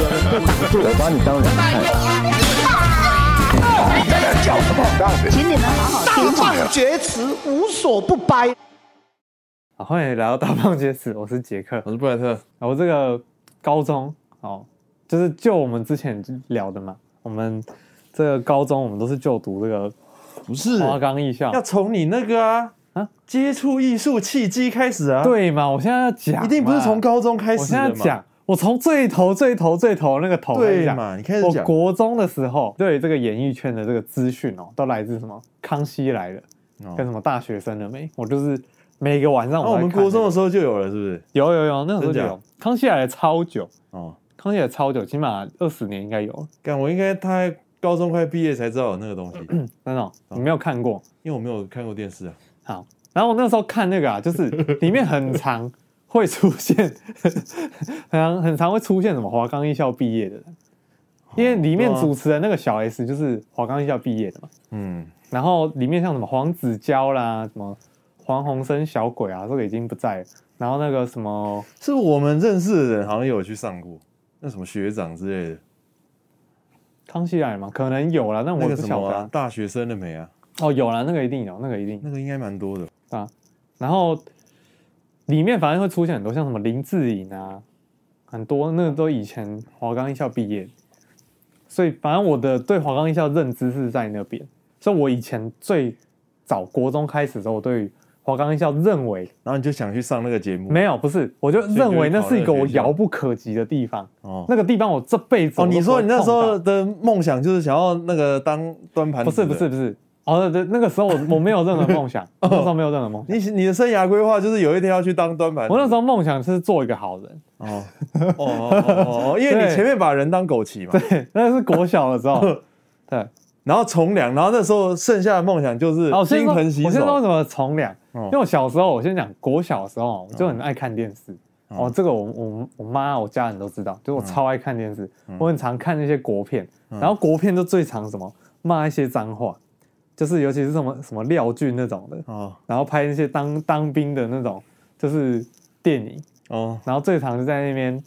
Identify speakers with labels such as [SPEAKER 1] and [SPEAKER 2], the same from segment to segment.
[SPEAKER 1] 我把你当人看。
[SPEAKER 2] 请你们好好听话。
[SPEAKER 3] 厥词无所不掰。
[SPEAKER 4] 好，欢迎来到大胖杰斯，我是杰克。
[SPEAKER 5] 我是布莱特，
[SPEAKER 4] 啊我这个高中哦，就是就我们之前聊的嘛，我们这个高中我们都是就读这个
[SPEAKER 5] 不是
[SPEAKER 4] 华冈艺校
[SPEAKER 5] 要，从你那个啊
[SPEAKER 4] 啊
[SPEAKER 5] 啊接触艺术契机开始啊，，
[SPEAKER 4] 对嘛？我现在要讲嘛，
[SPEAKER 5] 一定不是从高中开
[SPEAKER 4] 我
[SPEAKER 5] 始
[SPEAKER 4] 现在
[SPEAKER 5] 的嘛，
[SPEAKER 4] 讲，我从最头最头最头那个头开始
[SPEAKER 5] 对
[SPEAKER 4] 讲
[SPEAKER 5] 嘛？你开始
[SPEAKER 4] 我
[SPEAKER 5] 讲，
[SPEAKER 4] 国中的时候，对于这个演艺圈的这个资讯哦，都来自什么《康熙来了》
[SPEAKER 5] 哦
[SPEAKER 4] 跟什么《大学生了没》，我就是每个晚上
[SPEAKER 5] 那
[SPEAKER 4] 我
[SPEAKER 5] 我
[SPEAKER 4] 在
[SPEAKER 5] 们
[SPEAKER 4] 看
[SPEAKER 5] 国中
[SPEAKER 4] 那
[SPEAKER 5] 的
[SPEAKER 4] 个
[SPEAKER 5] 时候就有了，是不是？
[SPEAKER 4] 有有有，那个时候就
[SPEAKER 5] 真
[SPEAKER 4] 有
[SPEAKER 5] 假
[SPEAKER 4] 《康熙来了》超久，
[SPEAKER 5] 哦，
[SPEAKER 4] 《康熙来了》超久，起码二十年应该有了。
[SPEAKER 5] 干，我应该他高中快毕业才知道有那个东 西，因
[SPEAKER 4] 真的哦、你没有看过？
[SPEAKER 5] 为我没有看过电视啊。
[SPEAKER 4] 好，然后我那时候看那个啊，就是 里面很常会出现， 很常很常会出现什么华冈艺校毕业的人，因为里面
[SPEAKER 5] 对啊
[SPEAKER 4] 主持人那个小 S 就是华冈艺校毕业的嘛。
[SPEAKER 5] 嗯，
[SPEAKER 4] 然后里面像什么黄子佼啦，什么黄鸿升小鬼啊，这个已经不在了。然后那个什么，
[SPEAKER 5] 是我们认识的人好像也有去上过，那什么学长之类的，
[SPEAKER 4] 康熙来了嘛，可能有啦，但我
[SPEAKER 5] 那
[SPEAKER 4] 不
[SPEAKER 5] 个什
[SPEAKER 4] 晓
[SPEAKER 5] 么
[SPEAKER 4] 得
[SPEAKER 5] 啊、
[SPEAKER 4] 啊、
[SPEAKER 5] 大学生了没啊？
[SPEAKER 4] 哦，有啦，那个一定有，那个一定
[SPEAKER 5] 那个应该蛮多的。
[SPEAKER 4] 啊。然后里面反正会出现很多像什么林志颖啊，很多那个都以前华冈艺校毕业，所以反正我的对华冈艺校认知是在那边，所以我以前最早国中开始的时候，我对于华冈艺校认为
[SPEAKER 5] 然后你就想去上那个节目？
[SPEAKER 4] 没有，不是，我就
[SPEAKER 5] 以
[SPEAKER 4] 认为那是一个我
[SPEAKER 5] 你就考
[SPEAKER 4] 遥
[SPEAKER 5] 虑
[SPEAKER 4] 不可及的地方。
[SPEAKER 5] 哦
[SPEAKER 4] 那个地方我这辈子
[SPEAKER 5] 哦，
[SPEAKER 4] 我都
[SPEAKER 5] 你
[SPEAKER 4] 不会
[SPEAKER 5] 说你那时
[SPEAKER 4] 碰到
[SPEAKER 5] 候的梦想就是想要那个当端盘
[SPEAKER 4] 不
[SPEAKER 5] 子？
[SPEAKER 4] 是不是，不是哦，对，对那个时候我我没有任何梦 想，那时候没有任何梦想。
[SPEAKER 5] 你你的生涯规划就是有一天要去当端盘子。
[SPEAKER 4] 我那时候梦想是做一个好人，
[SPEAKER 5] 哦哦哦哦哦，因为
[SPEAKER 4] 对
[SPEAKER 5] 你前面把人当枸杞嘛，
[SPEAKER 4] 对， 那是国小的时 候。对，
[SPEAKER 5] 然后从良，然后那时候剩下的梦想就是
[SPEAKER 4] 哦，我先
[SPEAKER 5] 金
[SPEAKER 4] 说，
[SPEAKER 5] 盆洗
[SPEAKER 4] 我先说为
[SPEAKER 5] 手。
[SPEAKER 4] 什么从良，
[SPEAKER 5] 哦
[SPEAKER 4] 因为我小时候，我先讲国小的时候，我就很爱看电视。
[SPEAKER 5] 哦嗯
[SPEAKER 4] 哦，这个我我我妈我家人都知道，就是我超爱看电视，我很常看那些国片，然后国片就最常什么骂一些脏话，就是尤其是什么什么廖俊那种的，
[SPEAKER 5] 哦
[SPEAKER 4] 然后拍那些当当兵的那种就是电影，
[SPEAKER 5] 哦，
[SPEAKER 4] 然后最常就在那边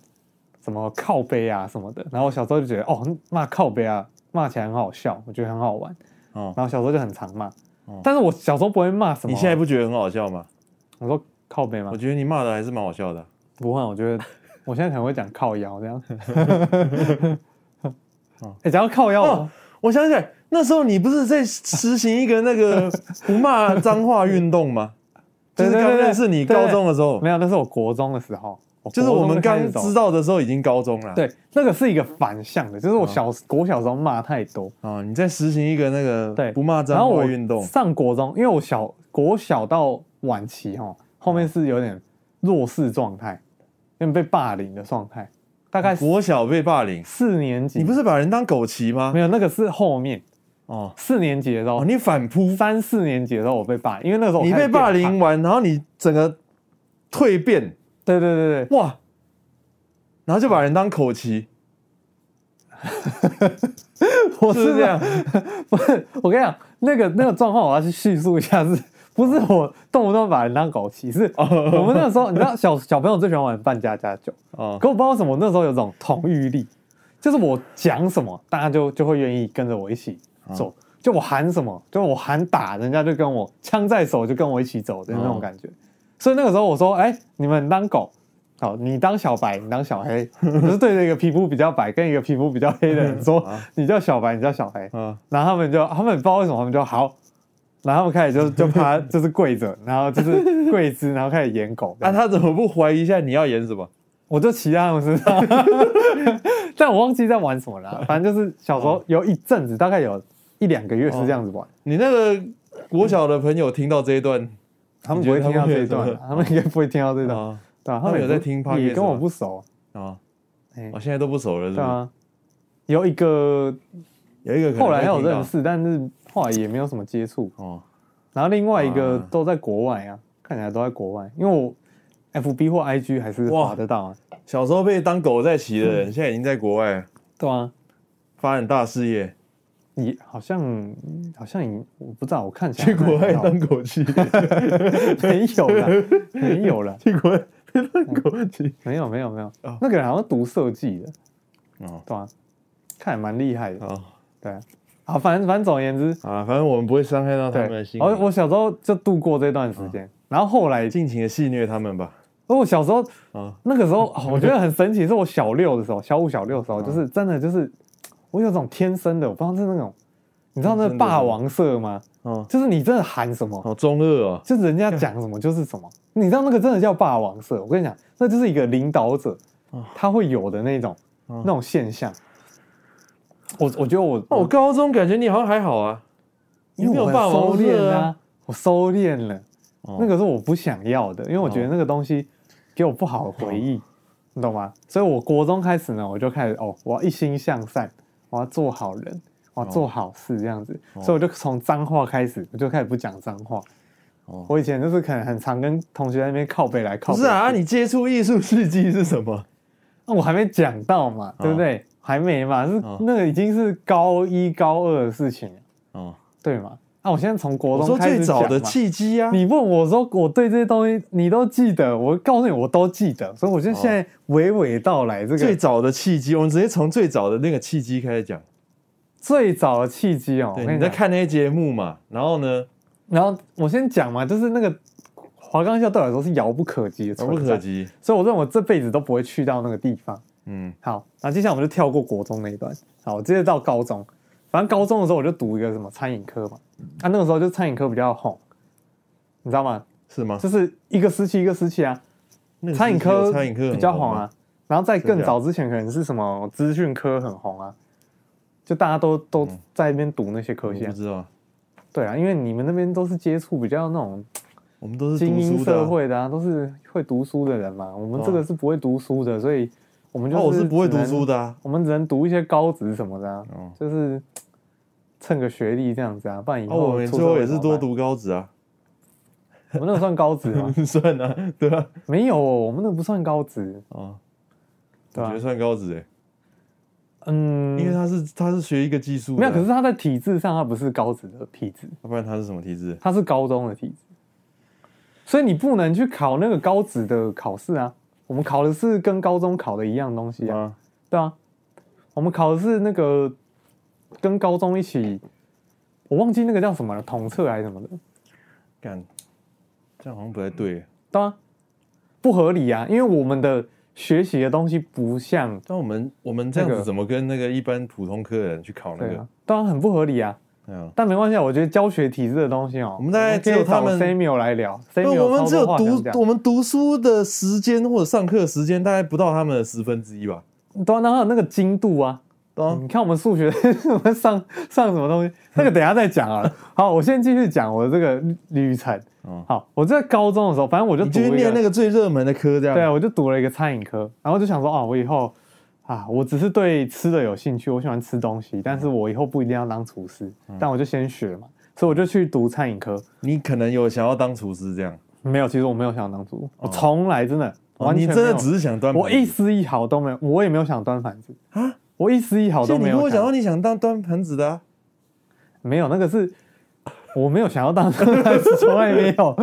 [SPEAKER 4] 什么靠背啊什么的，然后我小时候就觉得哦骂靠背啊骂起来很好笑，我觉得很好玩，
[SPEAKER 5] 哦
[SPEAKER 4] 然后小时候就很常骂
[SPEAKER 5] 哦，
[SPEAKER 4] 但是我小时候不会骂什么，啊
[SPEAKER 5] 你现在不觉得很好笑吗？
[SPEAKER 4] 我说靠背吗
[SPEAKER 5] 我？觉得你骂的还是蛮好笑的。
[SPEAKER 4] 不会，我觉 得我现在可能会讲靠腰这样，哎，讲到靠腰，
[SPEAKER 5] 嗯哦我想起来，那时候你不是在实行一个那个不骂脏话运动吗？
[SPEAKER 4] 对
[SPEAKER 5] 就是
[SPEAKER 4] 对对
[SPEAKER 5] 刚
[SPEAKER 4] 对
[SPEAKER 5] 认识你
[SPEAKER 4] 对对
[SPEAKER 5] 高中的时候，
[SPEAKER 4] 没有，那是我国中的时候，
[SPEAKER 5] 就是
[SPEAKER 4] 国
[SPEAKER 5] 我
[SPEAKER 4] 中
[SPEAKER 5] 们
[SPEAKER 4] 开始
[SPEAKER 5] 刚
[SPEAKER 4] 走
[SPEAKER 5] 知道的时候已经高中了。
[SPEAKER 4] 对，那个是一个反向的，就是
[SPEAKER 5] 嗯
[SPEAKER 4] 我小、国小时候骂太多，
[SPEAKER 5] 啊，你在实行一个那个
[SPEAKER 4] 对，
[SPEAKER 5] 不骂
[SPEAKER 4] 然后
[SPEAKER 5] 脏
[SPEAKER 4] 我
[SPEAKER 5] 话运动。
[SPEAKER 4] 上国中，因为我小国小到晚期哈，后面是有点弱势状态，有点被霸凌的状态，大概
[SPEAKER 5] 哦国小被霸凌，
[SPEAKER 4] 四年级，
[SPEAKER 5] 你不是把人当枸杞吗
[SPEAKER 4] 没？有那个是后面
[SPEAKER 5] 哦
[SPEAKER 4] 四年级的时候
[SPEAKER 5] 哦，，你反扑，
[SPEAKER 4] 三四年级的时候我被霸，因为那个时候我
[SPEAKER 5] 你
[SPEAKER 4] 开始
[SPEAKER 5] 被霸
[SPEAKER 4] 变胖
[SPEAKER 5] 凌，完，然后你整个蜕变，
[SPEAKER 4] 对对对对，
[SPEAKER 5] 哇，然后就把人当口旗，
[SPEAKER 4] 我
[SPEAKER 5] 是不是这样？
[SPEAKER 4] 不是， 我跟你讲，那个那个状况，我要去叙述一下是， 不是我动不动把人当枸杞？是我们那个时候，你知道小小朋友最喜欢玩扮家家酒，
[SPEAKER 5] 哦
[SPEAKER 4] 可我不知道为什么，我那时候有种同欲力，就是我讲什么，大家就就会愿意跟着我一起走。就我喊什么，就我喊打，人家就跟我枪在手，就跟我一起走的那种感觉。所以那个时候我说，哎、你们当狗，好，你当小白，你当小黑， 我就是对着一个皮肤比较白跟一个皮肤比较黑的人说，你叫小白，你叫小黑。
[SPEAKER 5] 啊，
[SPEAKER 4] 然后他们就他们不知道为什么他们就好，然后他们开始 就就趴就是跪着，然后就是跪姿，然后开始演 狗。
[SPEAKER 5] 那、啊他怎么不怀疑一下你要演什么？
[SPEAKER 4] 我就骑在他们身 上，但我忘记在玩什么了。啊反正就是小时
[SPEAKER 5] 哦
[SPEAKER 4] 候有一阵子，大概有一两个月是这样子玩。
[SPEAKER 5] 你那个国小的朋友听到这一段
[SPEAKER 4] 他们不会听到这一段
[SPEAKER 5] 你觉得
[SPEAKER 4] 啊，
[SPEAKER 5] 他们会有什
[SPEAKER 4] 他们应该不会听到这一段。
[SPEAKER 5] 啊
[SPEAKER 4] 对啊，
[SPEAKER 5] 他们
[SPEAKER 4] 也
[SPEAKER 5] 有
[SPEAKER 4] 不
[SPEAKER 5] 在听 podcast
[SPEAKER 4] 也跟我
[SPEAKER 5] 吗嗯
[SPEAKER 4] 不熟。
[SPEAKER 5] 啊，
[SPEAKER 4] 哎
[SPEAKER 5] 我、现在都不熟了，是
[SPEAKER 4] 对
[SPEAKER 5] 吧？
[SPEAKER 4] 啊，有一个
[SPEAKER 5] 有一个可能
[SPEAKER 4] 后来还有
[SPEAKER 5] 会听到
[SPEAKER 4] 认识，但是后来也没有什么接触。
[SPEAKER 5] 哦，
[SPEAKER 4] 然后另外一个
[SPEAKER 5] 啊
[SPEAKER 4] 都在国外啊，看起来都在国外，因为我 F B 或 I G 还是
[SPEAKER 5] 哇
[SPEAKER 4] 划得到啊，
[SPEAKER 5] 小时候被当狗在骑的人，
[SPEAKER 4] 嗯
[SPEAKER 5] 现在已经在国外
[SPEAKER 4] 对啊，
[SPEAKER 5] 发展大事业，
[SPEAKER 4] 也好像嗯好像也我不知道，我看起来
[SPEAKER 5] 去国外
[SPEAKER 4] 好像
[SPEAKER 5] 当 狗骑，
[SPEAKER 4] 没有了，没 有了，嗯
[SPEAKER 5] 去国外被当狗骑。
[SPEAKER 4] 没有没有没有
[SPEAKER 5] 哦，
[SPEAKER 4] 那个人好像读设计的，
[SPEAKER 5] 哦
[SPEAKER 4] 对啊，看也蛮厉害的，
[SPEAKER 5] 好
[SPEAKER 4] 对啊，好，反正反正总而言之，
[SPEAKER 5] 啊，反正我们不会伤害到他
[SPEAKER 4] 对
[SPEAKER 5] 们的，心哦
[SPEAKER 4] 然后
[SPEAKER 5] 灵，
[SPEAKER 4] 我小时候就度过这段时间，然后后来，
[SPEAKER 5] 尽情的戏虐他们吧。
[SPEAKER 4] 哦我小时候
[SPEAKER 5] 啊，
[SPEAKER 4] 那个时候，哦我觉得很神奇，是我小六的时候，小五小六的时候，就是真的就是我有种天生的，我不知道是那种，你知道那
[SPEAKER 5] 天生的
[SPEAKER 4] 霸王色吗？
[SPEAKER 5] 哦，
[SPEAKER 4] 就是你真的喊什么，
[SPEAKER 5] 好中二哦，
[SPEAKER 4] 就是人家讲什么就是什么，你知道那个真的叫霸王色。我跟你讲，那就是一个领导者他会有的那种那种现象。我我觉得我
[SPEAKER 5] 哦那我高中感觉你好像还好啊，你
[SPEAKER 4] 因为
[SPEAKER 5] 没有
[SPEAKER 4] 我很
[SPEAKER 5] 霸
[SPEAKER 4] 收
[SPEAKER 5] 王
[SPEAKER 4] 敛
[SPEAKER 5] 色
[SPEAKER 4] 啊，，我收敛了，
[SPEAKER 5] 哦
[SPEAKER 4] 那个是我不想要的，因为我觉得那个东西给我不好的回
[SPEAKER 5] 哦
[SPEAKER 4] 忆，你懂吗？所以我国中开始呢，我就开始哦，我要一心向善，我要做好人，我要
[SPEAKER 5] 哦
[SPEAKER 4] 做好事这样子，所以我就从脏话开始，我就开始不讲脏话。
[SPEAKER 5] 哦
[SPEAKER 4] 我以前就是可能很常跟同学在那边靠背来靠
[SPEAKER 5] 不
[SPEAKER 4] 背去，
[SPEAKER 5] 是啊，你接触艺术契机是什么？
[SPEAKER 4] 那我还没讲到嘛，对不对？还没嘛，是
[SPEAKER 5] 哦
[SPEAKER 4] 那个已经是高一高二的事情了，
[SPEAKER 5] 哦，
[SPEAKER 4] 对嘛？那我现在从国
[SPEAKER 5] 我
[SPEAKER 4] 中
[SPEAKER 5] 说
[SPEAKER 4] 开始
[SPEAKER 5] 最早
[SPEAKER 4] 讲
[SPEAKER 5] 的
[SPEAKER 4] 嘛
[SPEAKER 5] 契机啊，
[SPEAKER 4] 你问我说我对这些东西你都记得，我告诉你我都记得，所以我就现在娓娓道来这个
[SPEAKER 5] 最
[SPEAKER 4] 最
[SPEAKER 5] 早的契机，我们直接从最早的那个契机开始讲。
[SPEAKER 4] 最早的契机哦。我
[SPEAKER 5] 对，
[SPEAKER 4] 跟
[SPEAKER 5] 你
[SPEAKER 4] 你
[SPEAKER 5] 在
[SPEAKER 4] 讲，
[SPEAKER 5] 看那些节目嘛，然后呢，
[SPEAKER 4] 然后我先讲嘛，就是那个华冈校对我来说是遥不可及的，
[SPEAKER 5] 遥不可，及。
[SPEAKER 4] 所以我认为我这辈子都不会去到那个地方。
[SPEAKER 5] 嗯，
[SPEAKER 4] 好，那接下来我们就跳过国中那一段，好，我直接到高中。反正高中的时候我就读一个什么餐饮科嘛，啊，那个时候就餐饮科比较红，你知道吗？
[SPEAKER 5] 是吗？
[SPEAKER 4] 就是一个时期一个时期啊，
[SPEAKER 5] 那个
[SPEAKER 4] 餐饮
[SPEAKER 5] 时期有
[SPEAKER 4] 科
[SPEAKER 5] 餐饮科
[SPEAKER 4] 比较
[SPEAKER 5] 很
[SPEAKER 4] 红啊
[SPEAKER 5] 吗。，
[SPEAKER 4] 然后在
[SPEAKER 5] 真
[SPEAKER 4] 更
[SPEAKER 5] 假
[SPEAKER 4] 早之前可能是什么资讯科很红啊，就大家都都在那边读那些科
[SPEAKER 5] 嗯我
[SPEAKER 4] 系、啊
[SPEAKER 5] 不。知道，
[SPEAKER 4] 对啊，因为你们那边都是接触比较那种
[SPEAKER 5] 我们都是
[SPEAKER 4] 精
[SPEAKER 5] 读
[SPEAKER 4] 英
[SPEAKER 5] 书的
[SPEAKER 4] 社
[SPEAKER 5] 啊。
[SPEAKER 4] 会的啊，都是会读书的人嘛。我们
[SPEAKER 5] 哦
[SPEAKER 4] 这个是不会读书的，所以我们就
[SPEAKER 5] 哦，我是不会读书
[SPEAKER 4] 的，
[SPEAKER 5] 的啊。
[SPEAKER 4] 我们只能读一些高职什么的啊，
[SPEAKER 5] 哦
[SPEAKER 4] 就是蹭个学历这样子啊，不然以
[SPEAKER 5] 哦，我
[SPEAKER 4] 后
[SPEAKER 5] 们
[SPEAKER 4] 出
[SPEAKER 5] 最
[SPEAKER 4] 社
[SPEAKER 5] 后
[SPEAKER 4] 会
[SPEAKER 5] 也
[SPEAKER 4] 怎
[SPEAKER 5] 是
[SPEAKER 4] 么
[SPEAKER 5] 多
[SPEAKER 4] 办，
[SPEAKER 5] 读高职啊，？
[SPEAKER 4] 我们那个算高职吗
[SPEAKER 5] 算啊，对吧？
[SPEAKER 4] 没有，我们那个不算高职，
[SPEAKER 5] 哦，我
[SPEAKER 4] 对
[SPEAKER 5] 觉
[SPEAKER 4] 吧
[SPEAKER 5] 得？算高职哎，
[SPEAKER 4] 嗯，
[SPEAKER 5] 因为他是他是学一个技术的
[SPEAKER 4] 没
[SPEAKER 5] 啊，
[SPEAKER 4] 有，可是他在体制上他不是高职的体制，
[SPEAKER 5] 要不然他是什么体制？
[SPEAKER 4] 他是高中的体制，所以你不能去考那个高职的考试啊。我们考的是跟高中考的一样东西啊，
[SPEAKER 5] 啊，
[SPEAKER 4] 对啊，我们考的是那个跟高中一起，我忘记那个叫什么了，统测还是什么的，
[SPEAKER 5] 干，这样好像不太对。
[SPEAKER 4] 对啊，不合理啊，因为我们的学习的东西不像
[SPEAKER 5] 但我们我们这样
[SPEAKER 4] 那
[SPEAKER 5] 子
[SPEAKER 4] 个
[SPEAKER 5] 怎么跟那个一般普通科的人去考那
[SPEAKER 4] 对
[SPEAKER 5] 个
[SPEAKER 4] 啊？，当然很不合理啊。
[SPEAKER 5] 哎呀，
[SPEAKER 4] 但没关系啊，我觉得教学体制的东西哦，
[SPEAKER 5] 我们大概
[SPEAKER 4] 可以
[SPEAKER 5] 只有他们
[SPEAKER 4] 找 Samuel 来聊
[SPEAKER 5] 那
[SPEAKER 4] ，Samuel
[SPEAKER 5] 我们只有
[SPEAKER 4] 超多话想讲
[SPEAKER 5] 读我们读书的时间或者上课的时间，大概不到他们的十分之一吧。
[SPEAKER 4] 对啊，然后那个精度啊，
[SPEAKER 5] 啊
[SPEAKER 4] 你看我们数学我们上上什么东西，那个等一下再讲啊。好，我先继续讲我的这个旅程
[SPEAKER 5] 嗯。
[SPEAKER 4] 好，我在高中的时候，反正我就
[SPEAKER 5] 你
[SPEAKER 4] 读
[SPEAKER 5] 就
[SPEAKER 4] 了
[SPEAKER 5] 去
[SPEAKER 4] 一
[SPEAKER 5] 念那个最热门的科，这样
[SPEAKER 4] 对，啊我就读了一个餐饮科，然后就想说啊，我以后啊，我只是对吃的有兴趣，我喜欢吃东西，但是我以后不一定要当厨师，
[SPEAKER 5] 嗯
[SPEAKER 4] 但我就先学嘛，所以我就去读餐饮科。
[SPEAKER 5] 你可能有想要当厨师这样，
[SPEAKER 4] 没有，其实我没有想当厨，我从来真的
[SPEAKER 5] 哦
[SPEAKER 4] 完
[SPEAKER 5] 你
[SPEAKER 4] 全
[SPEAKER 5] 真
[SPEAKER 4] 没
[SPEAKER 5] 的
[SPEAKER 4] 有
[SPEAKER 5] 只是想端盘
[SPEAKER 4] 我
[SPEAKER 5] 子
[SPEAKER 4] 一丝一毫都没有，我也没有想端盘子
[SPEAKER 5] 啊，
[SPEAKER 4] 我一丝一毫
[SPEAKER 5] 就
[SPEAKER 4] 都
[SPEAKER 5] 你
[SPEAKER 4] 没
[SPEAKER 5] 跟
[SPEAKER 4] 有
[SPEAKER 5] 我讲
[SPEAKER 4] 想
[SPEAKER 5] 哦说你想当端盘子的啊，
[SPEAKER 4] 没有，那个是我没有想要当从来没有，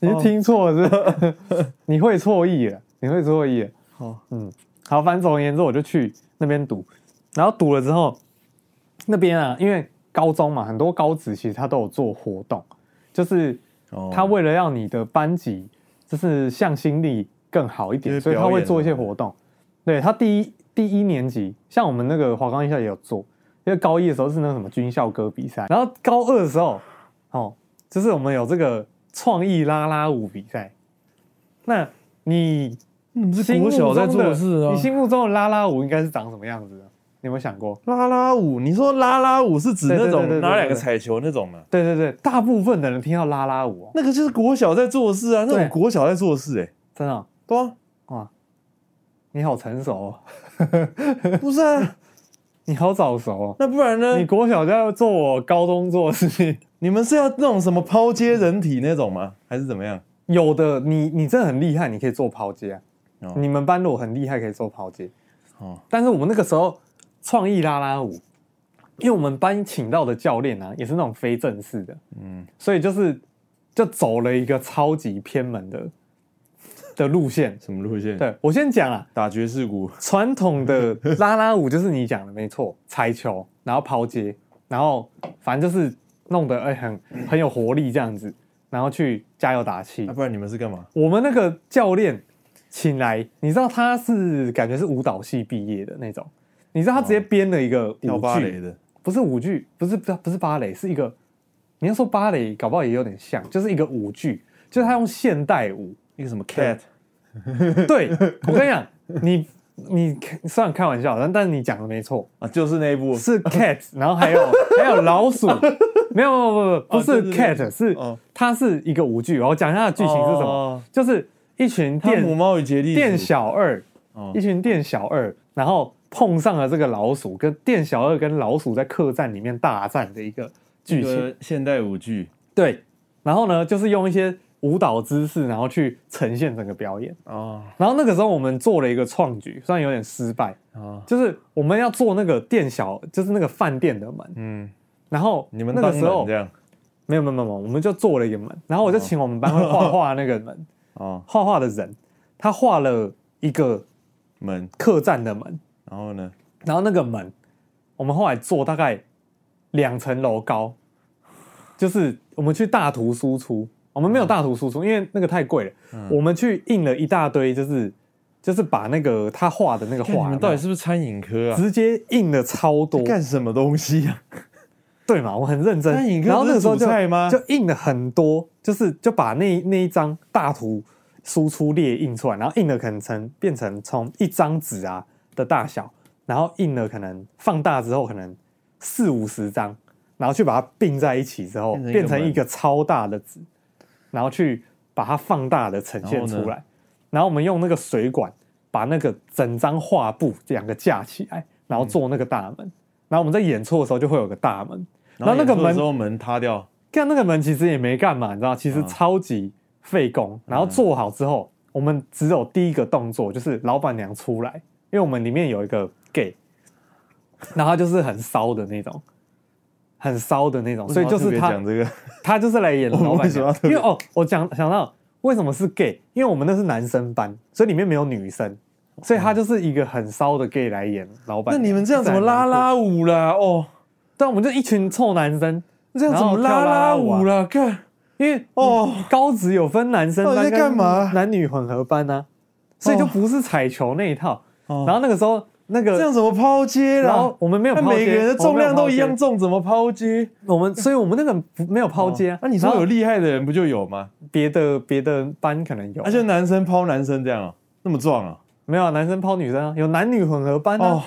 [SPEAKER 4] 你是听错了是不是？你会错意了，你会错意了。
[SPEAKER 5] 好，
[SPEAKER 4] 嗯，好，反正总而言之，我就去那边读，然后读了之后，那边啊，因为高中嘛，很多高职其实他都有做活动，就是
[SPEAKER 5] 哦
[SPEAKER 4] 他为了让你的班级就是向心力更好一
[SPEAKER 5] 就是
[SPEAKER 4] 点，所以他
[SPEAKER 5] 表演
[SPEAKER 4] 会做一些
[SPEAKER 5] 什么的
[SPEAKER 4] 活动。对他第一第一年级，像我们那个华冈艺校也有做，因为高一的时候是那个什么军校歌比赛，然后高二的时候，哦，就是我们有这个创意啦啦舞比赛。那你
[SPEAKER 5] 你们是
[SPEAKER 4] 心目
[SPEAKER 5] 国小
[SPEAKER 4] 中
[SPEAKER 5] 在
[SPEAKER 4] 的
[SPEAKER 5] 做的事啊
[SPEAKER 4] 你。心目中的啦啦舞应该是长什么样子的？你有没有想过？
[SPEAKER 5] 拉拉舞，你说拉拉舞是指那
[SPEAKER 4] 对对对对
[SPEAKER 5] 种
[SPEAKER 4] 对
[SPEAKER 5] 拿两个
[SPEAKER 4] 对
[SPEAKER 5] 彩球那种吗？啊
[SPEAKER 4] 对对对，大部分的人听到啦啦舞哦、
[SPEAKER 5] 那个就是国小在做的事啊，那种
[SPEAKER 4] 对
[SPEAKER 5] 国小在做的事，哎，
[SPEAKER 4] 真的哦、
[SPEAKER 5] 对 啊，
[SPEAKER 4] 你好成熟、哦，
[SPEAKER 5] 不是啊，
[SPEAKER 4] 你好早熟、哦。
[SPEAKER 5] 那不然呢
[SPEAKER 4] 你？国小就要做我高中做的事情，
[SPEAKER 5] 你们是要那种什么抛接人体那种吗？还是怎么样？
[SPEAKER 4] 有的你你真的很厉害，你可以做抛接啊。
[SPEAKER 5] 哦
[SPEAKER 4] 你们班如果很厉害，可以做抛接。
[SPEAKER 5] 哦
[SPEAKER 4] 但是我们那个时候创意啦啦舞，因为我们班请到的教练啊，也是那种非正式的，
[SPEAKER 5] 嗯
[SPEAKER 4] 所以就是就走了一个超级偏门的的路线。
[SPEAKER 5] 什么路线？，
[SPEAKER 4] 对我先讲啊，
[SPEAKER 5] 打爵士鼓，
[SPEAKER 4] 传统的 拉拉舞就是你讲的没错，踩球，然后抛接，然后反正就是弄得哎、很
[SPEAKER 5] 嗯
[SPEAKER 4] 很有活力这样子，然后去加油打气
[SPEAKER 5] 啊，。不然你们是干嘛？
[SPEAKER 4] 我们那个教练请来，你知道他是感觉是舞蹈系毕业的那种，你知道他直接编了一个
[SPEAKER 5] 哦跳
[SPEAKER 4] 舞
[SPEAKER 5] 芭蕾
[SPEAKER 4] 剧，
[SPEAKER 5] 的，
[SPEAKER 4] 不是舞剧，不是不是不是芭蕾，是一个你要说芭蕾，搞不好也有点像，就是一个舞剧，就是他用现代舞
[SPEAKER 5] 一个什么 cat，
[SPEAKER 4] 对我跟你讲，你你虽然开玩笑，但但你讲的没错，
[SPEAKER 5] 啊，就是那一部
[SPEAKER 4] 是 cat，然后还有还有老鼠，没有没有没有不
[SPEAKER 5] 哦对
[SPEAKER 4] 是
[SPEAKER 5] 对对
[SPEAKER 4] cat，是
[SPEAKER 5] 哦
[SPEAKER 4] 它是一个舞剧。我讲一下它的剧情是什么
[SPEAKER 5] 哦，
[SPEAKER 4] 就是一群
[SPEAKER 5] 《汤姆
[SPEAKER 4] 店
[SPEAKER 5] 猫与杰利鼠》
[SPEAKER 4] 店小二
[SPEAKER 5] 哦，
[SPEAKER 4] 一群店小二，然后碰上了这个老鼠，跟店小二跟老鼠在客栈里面大战的一个剧
[SPEAKER 5] 一
[SPEAKER 4] 情。
[SPEAKER 5] 个现代舞剧
[SPEAKER 4] 对，然后呢，就是用一些舞蹈姿势，然后去呈现整个表演。
[SPEAKER 5] 啊
[SPEAKER 4] 然后那个时候我们做了一个创举，虽然有点失败，
[SPEAKER 5] 啊，
[SPEAKER 4] 就是我们要做那个店小，就是那个饭店的门。
[SPEAKER 5] 嗯，
[SPEAKER 4] 然后
[SPEAKER 5] 你们
[SPEAKER 4] 那个
[SPEAKER 5] 当
[SPEAKER 4] 时候
[SPEAKER 5] 然这样
[SPEAKER 4] 没有没有没有，我们就做了一个门，然后我就请我们班会画画那个门，
[SPEAKER 5] 哦，
[SPEAKER 4] 画画的人，他画了一个
[SPEAKER 5] 门，
[SPEAKER 4] 客栈的门，
[SPEAKER 5] 然后呢，
[SPEAKER 4] 然后那个门我们后来做大概两层楼高，就是我们去大图输出，我们没有大图
[SPEAKER 5] 嗯
[SPEAKER 4] 输出，因为那个太贵了，我们去印了一大堆，就是就是把那个他画的那个
[SPEAKER 5] 看哎你
[SPEAKER 4] 画，
[SPEAKER 5] 们到底是不是餐饮科啊？
[SPEAKER 4] 直接印了超多，
[SPEAKER 5] 干什么东西 啊？
[SPEAKER 4] 对嘛，我很认真
[SPEAKER 5] 那你。哥
[SPEAKER 4] 然后那个时候
[SPEAKER 5] 不是
[SPEAKER 4] 就
[SPEAKER 5] 煮菜吗
[SPEAKER 4] 就印了很多，就是就把那那一张大图输出列印出来，然后印了可能成变成从一张纸啊的大小，然后印了可能放大之后可能四五十张，然后去把它并在一起之后，变
[SPEAKER 5] 变成一
[SPEAKER 4] 成
[SPEAKER 5] 个
[SPEAKER 4] 一个超大的纸，然后去把它放大的呈现
[SPEAKER 5] 然后呢
[SPEAKER 4] 出来。然后我们用那个水管把那个整张画布两个架起来，然
[SPEAKER 5] 嗯
[SPEAKER 4] 后做那个大门。然后我们在演出的时候就会有个大门，然后那个
[SPEAKER 5] 演出的
[SPEAKER 4] 门
[SPEAKER 5] 时，候嗯门塌掉，
[SPEAKER 4] 看那个门其实也没干嘛，你知道，其实超级费
[SPEAKER 5] 嗯
[SPEAKER 4] 工。然后做好之后，我们只有第一个动作就是老板娘出来，因为我们里面有一个 gay，然后他就是很骚的那种，很骚的那种，所以就
[SPEAKER 5] 为什么
[SPEAKER 4] 是
[SPEAKER 5] 要特别
[SPEAKER 4] 他
[SPEAKER 5] 讲这个，
[SPEAKER 4] 他就是来演老
[SPEAKER 5] 我们
[SPEAKER 4] 板
[SPEAKER 5] 为什
[SPEAKER 4] 娘
[SPEAKER 5] 么要，特
[SPEAKER 4] 因
[SPEAKER 5] 别
[SPEAKER 4] 为哦，我讲想到为什么是 gay，因为我们那是男生班，所以里面没有女生，所以他就是一个很骚的 gay 来演老板
[SPEAKER 5] 哦那
[SPEAKER 4] 娘。
[SPEAKER 5] 你们这样怎么拉拉舞啦？哦，
[SPEAKER 4] 但我们就一群臭男生，
[SPEAKER 5] 这样怎么拉拉舞啊啦？干，
[SPEAKER 4] 因为
[SPEAKER 5] 哦
[SPEAKER 4] 哦，高职有分男生
[SPEAKER 5] 到
[SPEAKER 4] 班
[SPEAKER 5] 底在
[SPEAKER 4] 跟
[SPEAKER 5] 干嘛
[SPEAKER 4] 男女混合班呢、啊，所以就不是彩球那一套。
[SPEAKER 5] 哦
[SPEAKER 4] 然后那个时候那
[SPEAKER 5] 这
[SPEAKER 4] 个，
[SPEAKER 5] 样怎么抛接
[SPEAKER 4] 然后
[SPEAKER 5] 啦？
[SPEAKER 4] 我们没有
[SPEAKER 5] 那
[SPEAKER 4] 抛接，
[SPEAKER 5] 每个人的重量都一
[SPEAKER 4] 我
[SPEAKER 5] 样
[SPEAKER 4] 们
[SPEAKER 5] 重，怎么抛接？
[SPEAKER 4] 没有抛接，我们所以我们那个不没有抛接、啊。
[SPEAKER 5] 哦那你说有
[SPEAKER 4] 然后
[SPEAKER 5] 厉害的人不就有吗？
[SPEAKER 4] 别的别的班可能有，啊
[SPEAKER 5] 而且男生抛男生这样哦，那么壮啊？
[SPEAKER 4] 没有啊男生抛女生啊，有男女混合班啊。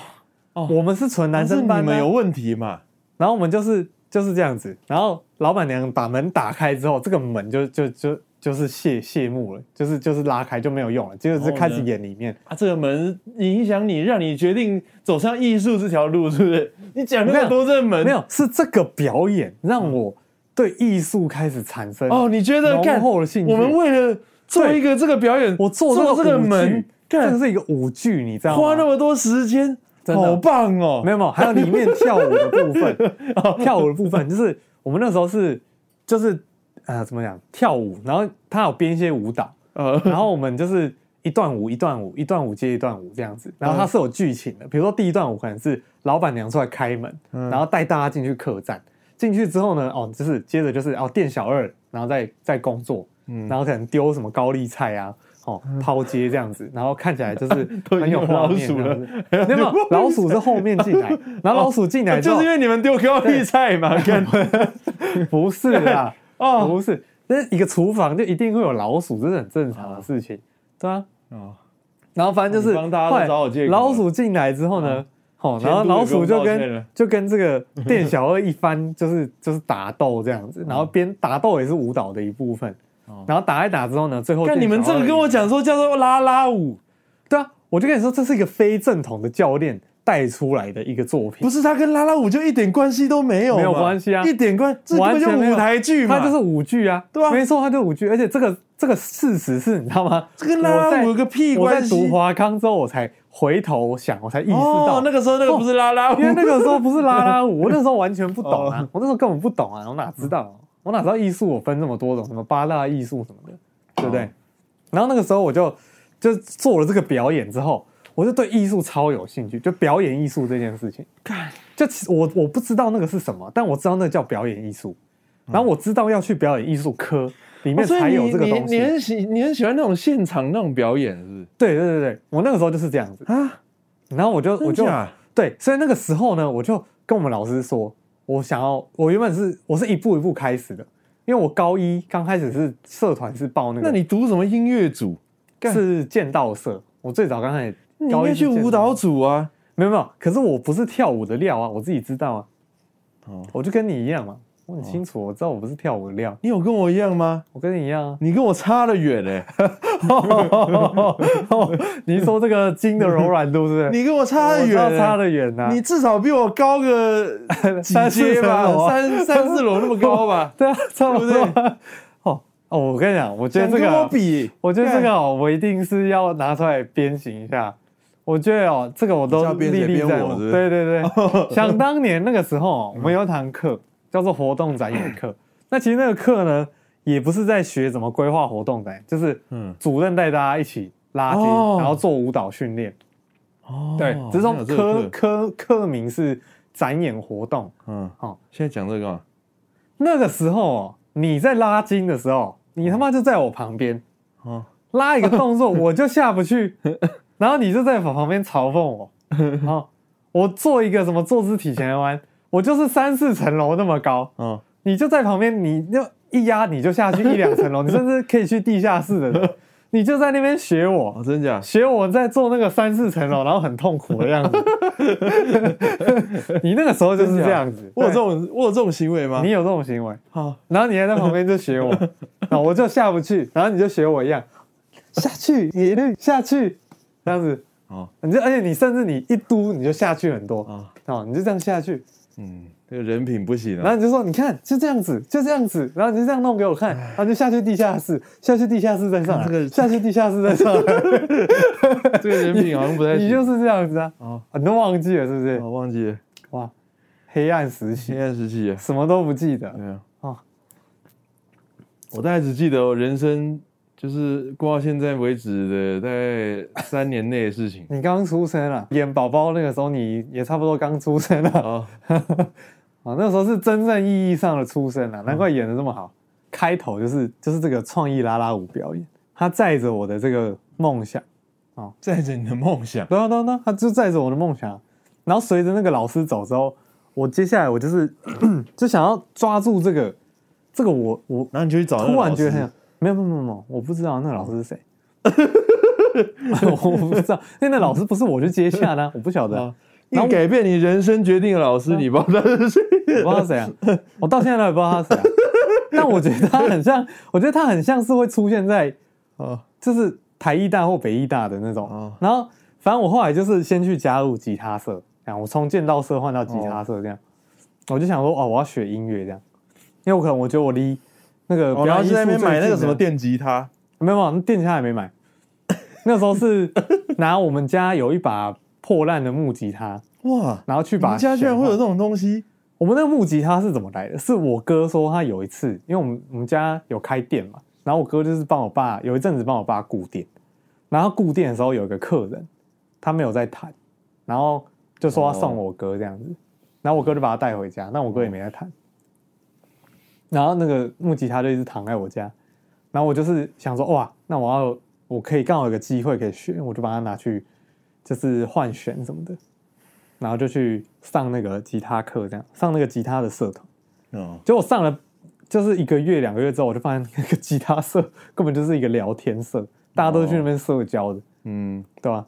[SPEAKER 5] 哦，
[SPEAKER 4] 我们是纯男生班、啊，
[SPEAKER 5] 那是你们有问题嘛？
[SPEAKER 4] 然后我们就是就是这样子，然后老板娘把门打开之后，这个门就就就就是谢谢幕了，就是就是拉开就没有用了，结果
[SPEAKER 5] 然
[SPEAKER 4] 是
[SPEAKER 5] 后呢
[SPEAKER 4] 开始演里面。
[SPEAKER 5] 啊，这个门影响你，让你决定走上艺术这条路，是不是？你讲那
[SPEAKER 4] 没
[SPEAKER 5] 么
[SPEAKER 4] 有
[SPEAKER 5] 多这门，
[SPEAKER 4] 没有，是这个表演让我对艺术开始产生
[SPEAKER 5] 嗯哦？你觉得
[SPEAKER 4] 浓
[SPEAKER 5] 干？
[SPEAKER 4] 厚的兴趣。
[SPEAKER 5] 我们为了做
[SPEAKER 4] 对
[SPEAKER 5] 一个这个表演，
[SPEAKER 4] 我做
[SPEAKER 5] 做
[SPEAKER 4] 这
[SPEAKER 5] 这
[SPEAKER 4] 个
[SPEAKER 5] 个
[SPEAKER 4] 舞剧
[SPEAKER 5] 门，
[SPEAKER 4] 这个
[SPEAKER 5] 干
[SPEAKER 4] 是一个舞剧，你知道吗？
[SPEAKER 5] 花那么多时间，
[SPEAKER 4] 真的
[SPEAKER 5] 好棒哦！
[SPEAKER 4] 没有没有，还有里面跳舞的部 分，哦跳舞的部分就是我们那时候是就是呃怎么讲跳舞，然后他有编一些舞蹈，
[SPEAKER 5] 呃，
[SPEAKER 4] 然后我们就是一段舞一段舞一段舞接一段舞这样子，然后它是有剧情的，比如说第一段舞可能是老板娘出来开门，
[SPEAKER 5] 嗯
[SPEAKER 4] 然后带大家进去客栈，进去之后呢，哦，就是接着就是哦店小二，然后再再工作，
[SPEAKER 5] 嗯
[SPEAKER 4] 然后可能丢什么高丽菜啊。哦，抛接这样子，然后看起来就是
[SPEAKER 5] 都已经
[SPEAKER 4] 很有
[SPEAKER 5] 有
[SPEAKER 4] 画
[SPEAKER 5] 老
[SPEAKER 4] 面
[SPEAKER 5] 鼠
[SPEAKER 4] 这样
[SPEAKER 5] 了
[SPEAKER 4] 子。
[SPEAKER 5] 还有
[SPEAKER 4] 没有没有
[SPEAKER 5] 丢高 丽
[SPEAKER 4] 老鼠是后面进 来，然后老鼠进来之
[SPEAKER 5] 就
[SPEAKER 4] 后
[SPEAKER 5] 是因为你们丢高丽菜嘛，干
[SPEAKER 4] 不是啦，
[SPEAKER 5] 哦
[SPEAKER 4] 不是，那一个厨房就一定会有老鼠，这是很正常的事情，对啊。
[SPEAKER 5] 哦
[SPEAKER 4] 然后反正就是
[SPEAKER 5] 哦你帮大家都
[SPEAKER 4] 后来
[SPEAKER 5] 找好借口了
[SPEAKER 4] 老鼠进来之后呢，哦，
[SPEAKER 5] 前
[SPEAKER 4] 然后
[SPEAKER 5] 途也
[SPEAKER 4] 老鼠
[SPEAKER 5] 不用
[SPEAKER 4] 就
[SPEAKER 5] 道歉
[SPEAKER 4] 跟
[SPEAKER 5] 了
[SPEAKER 4] 就跟这个店小二一番，就是就是打斗这样
[SPEAKER 5] 哦
[SPEAKER 4] 子，然后边打斗也是舞蹈的一部分，然后打一打之后呢，最后
[SPEAKER 5] 看哦你
[SPEAKER 4] 店
[SPEAKER 5] 们
[SPEAKER 4] 小
[SPEAKER 5] 这
[SPEAKER 4] 二
[SPEAKER 5] 个跟我讲说叫做拉拉舞，
[SPEAKER 4] 对啊，我就跟你说这是一个非正统的教练带出来的一个作品
[SPEAKER 5] 不，是它跟拉拉舞就一点关系都没有嘛，
[SPEAKER 4] 没有关系啊
[SPEAKER 5] 一点关，这根本就
[SPEAKER 4] 完全没有
[SPEAKER 5] 舞台剧嘛，
[SPEAKER 4] 它就是舞剧啊，
[SPEAKER 5] 对啊
[SPEAKER 4] 没错，它就是舞剧，而且这个这个事实是你知道吗？
[SPEAKER 5] 这跟拉拉舞有个屁
[SPEAKER 4] 我在
[SPEAKER 5] 关系
[SPEAKER 4] 读华康之后，我才回头想，我才意识到、
[SPEAKER 5] 哦，那个时候那个不是拉拉舞，
[SPEAKER 4] 哦
[SPEAKER 5] 哦
[SPEAKER 4] 因为那个时候不是拉拉舞，我那时候完全不懂啊，我那时候根本不懂
[SPEAKER 5] 嗯哦
[SPEAKER 4] 啊，我哪知道啊、我哪知道艺术有分那么多种，什么八大艺术什么的，对不对？然后那个时候我就就做了这个表演之后，我就对艺术超有兴趣，就表演艺术这件事情。就其我我不知道那个是什么，但我知道那叫表演艺术。然后我知道要去表演艺术科里面
[SPEAKER 5] 嗯哦所
[SPEAKER 4] 才
[SPEAKER 5] 以
[SPEAKER 4] 有
[SPEAKER 5] 你
[SPEAKER 4] 这个
[SPEAKER 5] 你
[SPEAKER 4] 东
[SPEAKER 5] 你
[SPEAKER 4] 西。
[SPEAKER 5] 很喜你很喜欢那种现场那种表演，是不是？
[SPEAKER 4] 对对对对，我那个时候就是这样子。
[SPEAKER 5] 啊，
[SPEAKER 4] 然后我就我
[SPEAKER 5] 真
[SPEAKER 4] 就
[SPEAKER 5] 假
[SPEAKER 4] 对，所以那个时候呢，我就跟我们老师说，我想要，我原本是我是一步一步开始的，因为我高一刚开始是社团是报那个，
[SPEAKER 5] 那你读什么音乐组？
[SPEAKER 4] 是剑道社，我最早刚开始
[SPEAKER 5] 你应
[SPEAKER 4] 高一
[SPEAKER 5] 该
[SPEAKER 4] 是
[SPEAKER 5] 去
[SPEAKER 4] 剑
[SPEAKER 5] 舞
[SPEAKER 4] 道
[SPEAKER 5] 蹈组啊。
[SPEAKER 4] 没有没有，可是我不是跳舞的料啊，我自己知道啊。
[SPEAKER 5] 哦
[SPEAKER 4] 我就跟你一样嘛，我很清楚，我知道我不是跳舞的料，
[SPEAKER 5] 你有跟我一样吗？。
[SPEAKER 4] 我跟你一样啊
[SPEAKER 5] 你跟我差 得远欸嘞、
[SPEAKER 4] 你是说这个筋的柔软度是不是？
[SPEAKER 5] 你跟我差得
[SPEAKER 4] 我知
[SPEAKER 5] 远
[SPEAKER 4] 道
[SPEAKER 5] 欸、
[SPEAKER 4] 差得远呐、
[SPEAKER 5] 你至少比我 高个几
[SPEAKER 4] 三四
[SPEAKER 5] 阶
[SPEAKER 4] 层楼
[SPEAKER 5] 吧，
[SPEAKER 4] 啊？
[SPEAKER 5] 三三四楼那么高吧
[SPEAKER 4] 对啊，差不多。
[SPEAKER 5] 对不
[SPEAKER 4] 哦哦，我跟你讲，我觉得
[SPEAKER 5] 想
[SPEAKER 4] 这
[SPEAKER 5] 跟
[SPEAKER 4] 个
[SPEAKER 5] 我
[SPEAKER 4] 啊，
[SPEAKER 5] 比，
[SPEAKER 4] 我觉得这个哦，我一定是要拿出来鞭刑一下。我觉得哦，这个我
[SPEAKER 5] 你
[SPEAKER 4] 都
[SPEAKER 5] 叫
[SPEAKER 4] 历
[SPEAKER 5] 鞭谁
[SPEAKER 4] 历
[SPEAKER 5] 鞭
[SPEAKER 4] 在
[SPEAKER 5] 我
[SPEAKER 4] 目。
[SPEAKER 5] 是不是
[SPEAKER 4] 对对 对，想当年那个时候哦，我们有一堂课叫做活动展演 课。那其实那个课呢，也不是在学怎么规划活动展演，就是
[SPEAKER 5] 嗯
[SPEAKER 4] 主任带大家一起拉筋，
[SPEAKER 5] 哦
[SPEAKER 4] 然后做舞蹈训练。
[SPEAKER 5] 哦
[SPEAKER 4] 对，只是
[SPEAKER 5] 还
[SPEAKER 4] 说
[SPEAKER 5] 有这个
[SPEAKER 4] 科
[SPEAKER 5] 课
[SPEAKER 4] 科课名是展演活动。
[SPEAKER 5] 嗯，
[SPEAKER 4] 哦
[SPEAKER 5] 现在讲这个啊干嘛？
[SPEAKER 4] 那个时候哦，你在拉筋的时候，你他妈就在我旁边，
[SPEAKER 5] 哦，
[SPEAKER 4] 拉一个动作我就下不去，然后你就在旁边嘲讽我，然后我做一个什么坐姿体前弯，我就是三四层楼那么高，
[SPEAKER 5] 哦，
[SPEAKER 4] 你就在旁边，你就一压你就下去一两层楼，你甚至可以去地下室的人，你就在那边学
[SPEAKER 5] 哦，
[SPEAKER 4] 我。
[SPEAKER 5] 真假？
[SPEAKER 4] 学我在做那个三四层楼，然后很痛苦的样子。你那个时候就是这样子，
[SPEAKER 5] 我有这种我有这种行为吗？
[SPEAKER 4] 你有这种行为，
[SPEAKER 5] 好，
[SPEAKER 4] 然后你还在旁边就学 我，啊，我就下不去，然后你就学我一样，下去一律下去，这样子，
[SPEAKER 5] 哦，
[SPEAKER 4] 你就而且你甚至你一嘟你就下去很多
[SPEAKER 5] 啊
[SPEAKER 4] 啊、哦，你就这样下去，
[SPEAKER 5] 嗯，这个人品不行
[SPEAKER 4] 然后
[SPEAKER 5] 啊。
[SPEAKER 4] 你就说你看就这样子就这样子，然后你就这样弄给我看，然后就下去地下室，下去地下室再上 来，
[SPEAKER 5] 这个
[SPEAKER 4] 下去地下室再 上来，
[SPEAKER 5] 这个人品好像不太行。
[SPEAKER 4] 你就是这样子啊，
[SPEAKER 5] 哦，
[SPEAKER 4] 啊你都忘记了是不是？
[SPEAKER 5] 我哦忘记了，
[SPEAKER 4] 哇，黑暗时
[SPEAKER 5] 黑
[SPEAKER 4] 期
[SPEAKER 5] 暗时期啊。
[SPEAKER 4] 什么都不记得，
[SPEAKER 5] 对啊。
[SPEAKER 4] 哦。
[SPEAKER 5] 我大概只记得我人生就是过到现在为止的大概三年内的事情
[SPEAKER 4] 你刚出生了，演宝宝那个时候你也差不多刚出生了。
[SPEAKER 5] 哦，
[SPEAKER 4] 啊，那时候是真正意义上的出生啊，难怪演的这么好。开头就是就是这个创意拉拉舞表演，他载着我的这个梦想，
[SPEAKER 5] 载着你的梦想。
[SPEAKER 4] 对啊对啊对啊，他就载着我的梦想。啊然后随着那个老师走之后，我接下来我就是 就想要抓住这个这个我我
[SPEAKER 5] 然后你就去找那个
[SPEAKER 4] 突然觉得
[SPEAKER 5] 老
[SPEAKER 4] 很
[SPEAKER 5] 师
[SPEAKER 4] 有没有没有没有没有，我不知道那个老师是谁。 我不知道，因为那老师不是我去接下的啊、我不晓得啊、
[SPEAKER 5] 啊，一个改变你人生决定的老
[SPEAKER 4] 嗯
[SPEAKER 5] 师，你不知 道他是谁。
[SPEAKER 4] 我不知道谁啊，我到现在都还不知道他是谁、啊。 但我觉得他很像，我觉得他很像是会出现在哦
[SPEAKER 5] 啊，
[SPEAKER 4] 就是台艺大或北艺大的那种。
[SPEAKER 5] 哦
[SPEAKER 4] 然后反正我后来就是先去加入吉他社，这样我从剑道社换到吉他社这样，我就想说哦，我要学音乐这样，因为我可能我觉得我离那个表
[SPEAKER 5] 哦然后
[SPEAKER 4] 演艺
[SPEAKER 5] 去
[SPEAKER 4] 术
[SPEAKER 5] 那边
[SPEAKER 4] 最
[SPEAKER 5] 买那
[SPEAKER 4] 近
[SPEAKER 5] 个
[SPEAKER 4] 的
[SPEAKER 5] 什么电吉他，
[SPEAKER 4] 没有没有，那电吉他也没买。那时候是拿我们家有一把破烂的木吉他，
[SPEAKER 5] 哇，
[SPEAKER 4] 然后去
[SPEAKER 5] 你
[SPEAKER 4] 把
[SPEAKER 5] 们家居然
[SPEAKER 4] 弦
[SPEAKER 5] 会有
[SPEAKER 4] 换
[SPEAKER 5] 这种东西？
[SPEAKER 4] 我们那个木吉他是怎么来的？是我哥说他有一次，因为我们我们家有开店嘛，然后我哥就是帮我爸有一阵子帮我爸顾店，然后顾店的时候有一个客人，他没有在弹，然后就说要送我哥这样子，然后我哥就把他带回家，那我哥也没在弹，然后那个木吉他就一直躺在我家，然后我就是想说哇，那我要我可以刚好有个机会可以学，我就把它拿去就是换弦什么的，然后就去上那个吉他课，这样上那个吉他的社团。
[SPEAKER 5] 哦，
[SPEAKER 4] 结果我上了就是一个月、两个月之后，我就发现那个吉他社根本就是一个聊天社，大家都去那边社交的，
[SPEAKER 5] 嗯，
[SPEAKER 4] 对吧？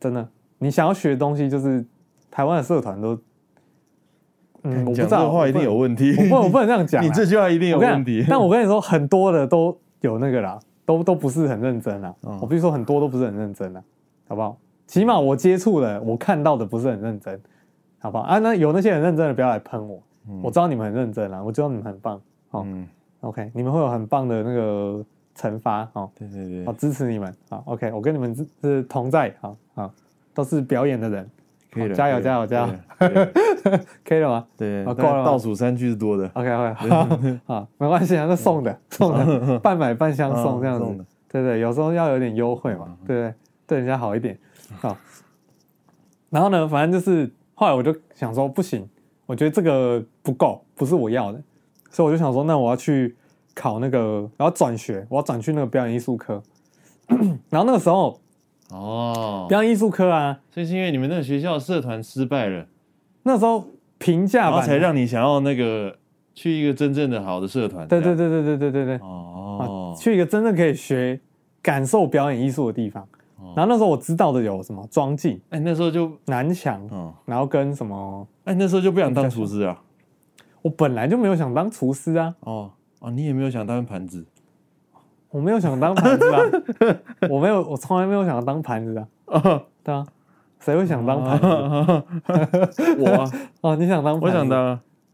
[SPEAKER 4] 真的，你想要学的东西，就是台湾的社团都，嗯，我不
[SPEAKER 5] 讲
[SPEAKER 4] 知
[SPEAKER 5] 这
[SPEAKER 4] 道
[SPEAKER 5] 话一定有，问题
[SPEAKER 4] 我。不能我不能我 不能这样讲啊，
[SPEAKER 5] 你这句话一定有
[SPEAKER 4] 我跟你讲
[SPEAKER 5] 问题。
[SPEAKER 4] 但我跟你说，很多的都有那个啦，都都不是很认真啦。
[SPEAKER 5] 嗯
[SPEAKER 4] 我必须说，很多都不是很认真啦，好不好？起码我接触的，我看到的不是很认真，好不好？啊，那有那些很认真的，不要来喷我。我知道你们很认真啦，我知道你们很棒。好、
[SPEAKER 5] 嗯，
[SPEAKER 4] o k 你们会有很棒的那个惩罚哦。
[SPEAKER 5] 对对
[SPEAKER 4] 好，
[SPEAKER 5] 对，
[SPEAKER 4] 支持你们。好，OK，我跟你们是是同在。好好，都是表演的人，
[SPEAKER 5] 可以了，
[SPEAKER 4] 加油
[SPEAKER 5] 可以
[SPEAKER 4] 加
[SPEAKER 5] 了
[SPEAKER 4] 油加油！
[SPEAKER 5] 可以了可以了
[SPEAKER 4] 可以了吗
[SPEAKER 5] 对，
[SPEAKER 4] 好够
[SPEAKER 5] 大概
[SPEAKER 4] 了吗
[SPEAKER 5] 倒数三句是多的。
[SPEAKER 4] ？OK，OK，好，没关系啊，那送的送的，半买半相送这样
[SPEAKER 5] 嗯送
[SPEAKER 4] 子
[SPEAKER 5] 的。嗯
[SPEAKER 4] 对对，有时候要有点优惠嘛，对不对？对人家好一点啊。然后呢，反正就是后来我就想说，不行，我觉得这个不够，不是我要的，所以我就想说，那我要去考那个，我要转学，我要转去那个表演艺术科。然后那个时候
[SPEAKER 5] 哦，
[SPEAKER 4] 表演艺术科啊，
[SPEAKER 5] 所以是因为你们那个学校社团失败了，
[SPEAKER 4] 那时候评价
[SPEAKER 5] 然后
[SPEAKER 4] 版
[SPEAKER 5] 才让你想要那个去一个真正的好的社团。
[SPEAKER 4] 对对
[SPEAKER 5] 这样，
[SPEAKER 4] 对对对对对对，啊
[SPEAKER 5] 哦，，
[SPEAKER 4] 去一个真正可以学、感受表演艺术的地方。
[SPEAKER 5] 哦
[SPEAKER 4] 然后那时候我知道的有什么庄记、
[SPEAKER 5] 哎，那时候就，
[SPEAKER 4] 南墙，
[SPEAKER 5] 嗯，
[SPEAKER 4] 然后跟什么，
[SPEAKER 5] 哎，那时候就不想当厨师
[SPEAKER 4] 嗯
[SPEAKER 5] 啊。
[SPEAKER 4] 我本来就没有想当厨师啊，
[SPEAKER 5] 哦哦，你也没有想当 盘子
[SPEAKER 4] 我没有想当盘 子啊，我没有，我从来没有想当盘子啊，
[SPEAKER 5] 啊？
[SPEAKER 4] 对啊，谁会想当盘子？
[SPEAKER 5] 我啊，
[SPEAKER 4] 哦，你想当盘子？
[SPEAKER 5] 哦我想当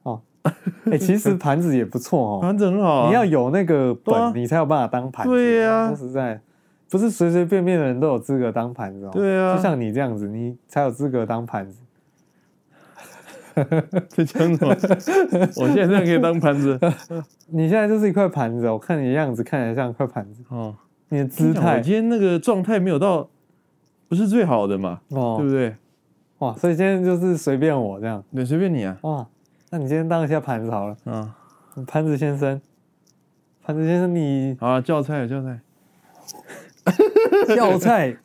[SPEAKER 5] 啊，
[SPEAKER 4] 哎、其实盘子也不错哦，
[SPEAKER 5] 盘子很好啊。
[SPEAKER 4] 你要有那个本，
[SPEAKER 5] 对啊
[SPEAKER 4] 你才有办法当盘子。
[SPEAKER 5] 对啊
[SPEAKER 4] 说实在，不是随随便便的人都有资格当盘子哦。
[SPEAKER 5] 对啊
[SPEAKER 4] 就像你这样子，你才有资格当盘子。
[SPEAKER 5] 在讲 什么？我现在这样可以当盘子
[SPEAKER 4] 你现在就是一块盘子哦，我看你的样子看起来像一块盘子，
[SPEAKER 5] 哦。
[SPEAKER 4] 你的姿
[SPEAKER 5] 我
[SPEAKER 4] 态
[SPEAKER 5] 今天那个状态没有到，不是最好的嘛，对
[SPEAKER 4] 哦
[SPEAKER 5] 不，对？
[SPEAKER 4] 哇，所以今天就是随便我这样
[SPEAKER 5] 对，随便你啊，
[SPEAKER 4] 哇。那你今天当一下盘子好了，
[SPEAKER 5] 啊，
[SPEAKER 4] 盘子先生，盘子先生，你
[SPEAKER 5] 好啊，叫菜叫菜，
[SPEAKER 4] 要菜，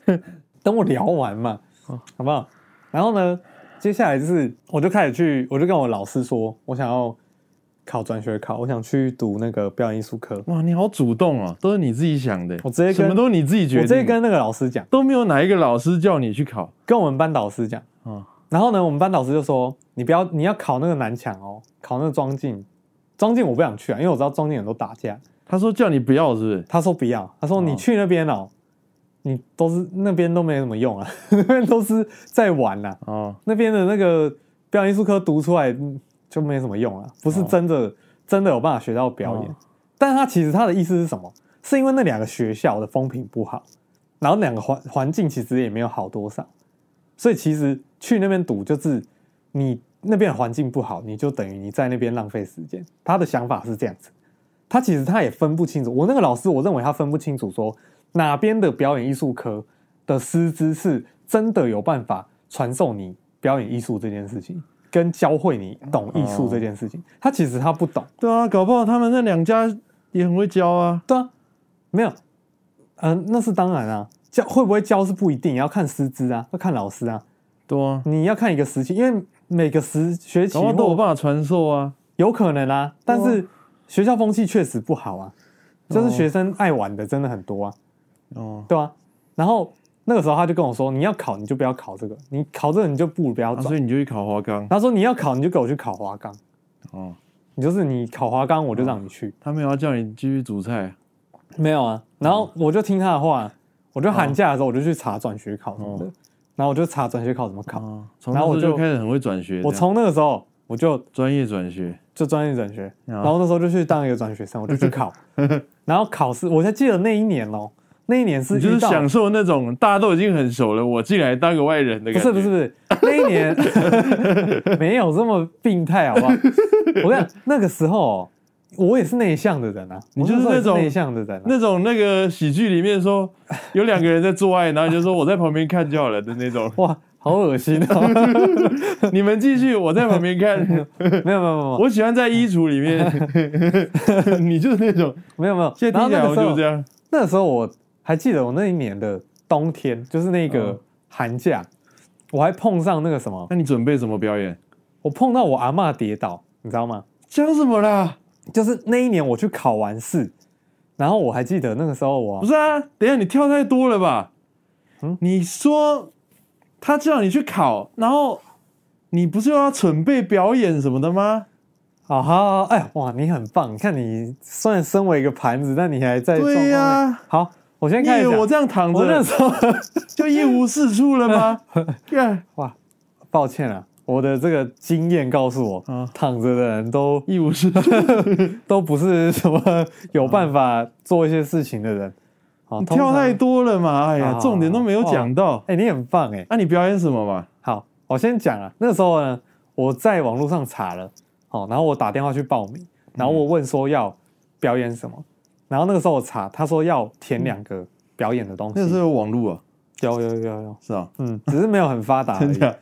[SPEAKER 4] 等我聊完嘛，
[SPEAKER 5] 哦
[SPEAKER 4] 好不好？然后呢，接下来就是我就开始去，我就跟我老师说，我想要考转学考，我想去读那个表演艺术科。
[SPEAKER 5] 哇，你好主动哦，都是你自己想的，
[SPEAKER 4] 我直接跟
[SPEAKER 5] 什么都是你自己
[SPEAKER 4] 我
[SPEAKER 5] 决
[SPEAKER 4] 直接
[SPEAKER 5] 定，
[SPEAKER 4] 跟那个老师讲，
[SPEAKER 5] 都没有哪一个老师叫你去考，
[SPEAKER 4] 跟我们班导师讲，
[SPEAKER 5] 嗯
[SPEAKER 4] 然后呢，我们班导师就说，你不要，你要考那个南墙哦，考那个庄进，庄进我不想去啊，因为我知道庄进很多打架。
[SPEAKER 5] 他说叫你不要，是不是？
[SPEAKER 4] 他说不要，他说你去那边哦，你都是那边都没什么用啊， 那边都是在玩啊啦、
[SPEAKER 5] 哦，
[SPEAKER 4] 那边的那个表演艺术科读出来嗯就没什么用了，不是真的、真的有办法学到表演。
[SPEAKER 5] 哦
[SPEAKER 4] 但他其实他的意思是什么？是因为那两个学校的风评不好，然后那两个环环境其实也没有好多少，所以其实去那边读就是你那边的环境不好，你就等于你在那边浪费时间。他的想法是这样子，他其实他也分不清楚。我那个老师，我认为他分不清楚说哪边的表演艺术科的师资是真的有办法传授你表演艺术这件事情，跟教会你懂艺术这件事情。他其实他不懂，
[SPEAKER 5] 对啊，搞不好他们那两家也很会教啊，
[SPEAKER 4] 对啊，没有，嗯、那是当然啊。教会不会教是不一定，要看师资啊，要看老师啊。
[SPEAKER 5] 对啊，
[SPEAKER 4] 你要看一个时期，因为每个时学期
[SPEAKER 5] 搞不好都哦有
[SPEAKER 4] 或
[SPEAKER 5] 办法传授啊，
[SPEAKER 4] 有可能啊，但是学校风气确实不好啊，就是学生爱玩的真的很多啊，
[SPEAKER 5] 哦，
[SPEAKER 4] 对啊。然后那个时候他就跟我说，你要考你就不要考这个，你考这个你就不如不要
[SPEAKER 5] 啊
[SPEAKER 4] 转。
[SPEAKER 5] 所以你就去考华冈，
[SPEAKER 4] 他说你要考你就给我去考华冈，
[SPEAKER 5] 哦，
[SPEAKER 4] 你就是你考华冈我就让你去，
[SPEAKER 5] 他们要叫你继续煮菜，哦
[SPEAKER 4] 没有啊。然后我就听他的话，我就寒假的时候我就去查转学考什么的，然后我就查转学考怎么考。
[SPEAKER 5] 哦，从
[SPEAKER 4] 然后
[SPEAKER 5] 那
[SPEAKER 4] 我
[SPEAKER 5] 时候
[SPEAKER 4] 就
[SPEAKER 5] 就开始很会转学，
[SPEAKER 4] 我
[SPEAKER 5] 这样
[SPEAKER 4] 从那个时候我就
[SPEAKER 5] 专业转学，
[SPEAKER 4] 就专业转学，
[SPEAKER 5] 啊
[SPEAKER 4] 然后那时候就去当一个转学生，我就去 考，然后考试，我才记得那一年哦，那一年是
[SPEAKER 5] 你就是
[SPEAKER 4] 遇到，
[SPEAKER 5] 享受那种大家都已经很熟了，我进来当个外人的
[SPEAKER 4] 不
[SPEAKER 5] 感
[SPEAKER 4] 是
[SPEAKER 5] 觉。
[SPEAKER 4] 不是不 是，那一年 没有这么病态好不 好？我跟你讲那个时候哦、我也是内向的人啊，
[SPEAKER 5] 你就
[SPEAKER 4] 我时
[SPEAKER 5] 是
[SPEAKER 4] 候也
[SPEAKER 5] 那种
[SPEAKER 4] 内向的人、啊，。
[SPEAKER 5] 那种那个喜剧里面说有两个人在做爱，然后你就说我在旁边看就好了的那种
[SPEAKER 4] 哇，好恶心 哦！
[SPEAKER 5] 你们继续，我在旁边看。
[SPEAKER 4] 没有没有没 有
[SPEAKER 5] 我喜欢在衣橱里面， 你就是那种。
[SPEAKER 4] 没有没有，
[SPEAKER 5] 现在
[SPEAKER 4] 然后
[SPEAKER 5] 听起
[SPEAKER 4] 那
[SPEAKER 5] 来
[SPEAKER 4] 个
[SPEAKER 5] 我
[SPEAKER 4] 时
[SPEAKER 5] 就
[SPEAKER 4] 候
[SPEAKER 5] 这样。
[SPEAKER 4] 那个时候我还记得我那一年的冬天，就是那个
[SPEAKER 5] 嗯
[SPEAKER 4] 寒假，我还碰上那个什么，
[SPEAKER 5] 那你准备什么表演？
[SPEAKER 4] 我碰到我阿嬷跌倒，你知道吗？
[SPEAKER 5] 讲什么啦？
[SPEAKER 4] 就是那一年我去考完试，然后我还记得那个时候我
[SPEAKER 5] 不是啊，等一下你跳太多了吧？
[SPEAKER 4] 嗯
[SPEAKER 5] 你说他叫你去考，然后你不是又要准备表演什么的吗？
[SPEAKER 4] 啊哈，哎哇，你很棒！你看你虽然身为一个盘子，但你还在
[SPEAKER 5] 对呀、
[SPEAKER 4] 状况内好，我先
[SPEAKER 5] 你
[SPEAKER 4] 开
[SPEAKER 5] 以
[SPEAKER 4] 始
[SPEAKER 5] 为
[SPEAKER 4] 讲。
[SPEAKER 5] 我这样躺
[SPEAKER 4] 我那
[SPEAKER 5] 着
[SPEAKER 4] 时候
[SPEAKER 5] 就一无是处了吗？哎看
[SPEAKER 4] 哇，抱歉啊，我的这个经验告诉我，
[SPEAKER 5] 啊
[SPEAKER 4] 躺着的人都
[SPEAKER 5] 一无是处，
[SPEAKER 4] 都不是什么有办法做一些事情的人。好，通
[SPEAKER 5] 嗯跳
[SPEAKER 4] 常
[SPEAKER 5] 太多了嘛！哎呀，
[SPEAKER 4] 啊
[SPEAKER 5] 重点都没有讲到。啊
[SPEAKER 4] 哎，你很棒哎。
[SPEAKER 5] 那、你表演什么嘛？
[SPEAKER 4] 好，我先讲啊，那时候呢，我在网络
[SPEAKER 5] 嗯
[SPEAKER 4] 上查了，好，然后我打电话去报名，然后我问说要表演什么，然后那个时候我查，他说要填两个表演的东西，
[SPEAKER 5] 嗯那时候有网络啊，
[SPEAKER 4] 有有有有，
[SPEAKER 5] 是啊，
[SPEAKER 4] 嗯，只是没有很发达而
[SPEAKER 5] 真
[SPEAKER 4] 已。
[SPEAKER 5] 的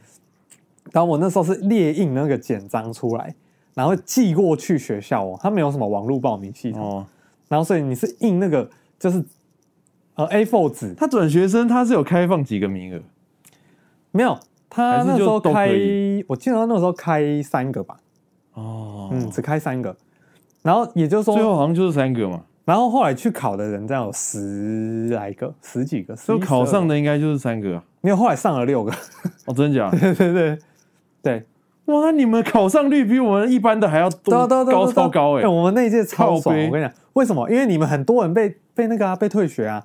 [SPEAKER 4] 然后我那时候是列印那个简章出来，然后寄过去学校哦，它没有什么网络报名系统，
[SPEAKER 5] 哦。
[SPEAKER 4] 然后所以你是印那个就是呃 A4 纸，
[SPEAKER 5] 他转学生他是有开放几个名额，
[SPEAKER 4] 没有，他
[SPEAKER 5] 还是
[SPEAKER 4] 那
[SPEAKER 5] 就
[SPEAKER 4] 时候
[SPEAKER 5] 都可
[SPEAKER 4] 开
[SPEAKER 5] 以，
[SPEAKER 4] 我记得他那时候开三个吧，
[SPEAKER 5] 哦，
[SPEAKER 4] 嗯，只开三个，然后也就是
[SPEAKER 5] 最
[SPEAKER 4] 说，
[SPEAKER 5] 后好像就是三个嘛，
[SPEAKER 4] 然后后来去考的人，这样有十来个、十几个，
[SPEAKER 5] 最
[SPEAKER 4] 所
[SPEAKER 5] 后考上
[SPEAKER 4] 的
[SPEAKER 5] 的应该就是三个啊。
[SPEAKER 4] 没有，后来上了六个，
[SPEAKER 5] 哦，真假？
[SPEAKER 4] 对对对对，
[SPEAKER 5] 哇，你们考上率比我们一般的还要多，
[SPEAKER 4] 对啊对啊对啊
[SPEAKER 5] 高
[SPEAKER 4] 对啊
[SPEAKER 5] 超高哎！
[SPEAKER 4] 我们那一届超
[SPEAKER 5] 靠
[SPEAKER 4] 爽，
[SPEAKER 5] 背
[SPEAKER 4] 我跟你讲，为什么？因为你们很多人被被那个啊被退学啊，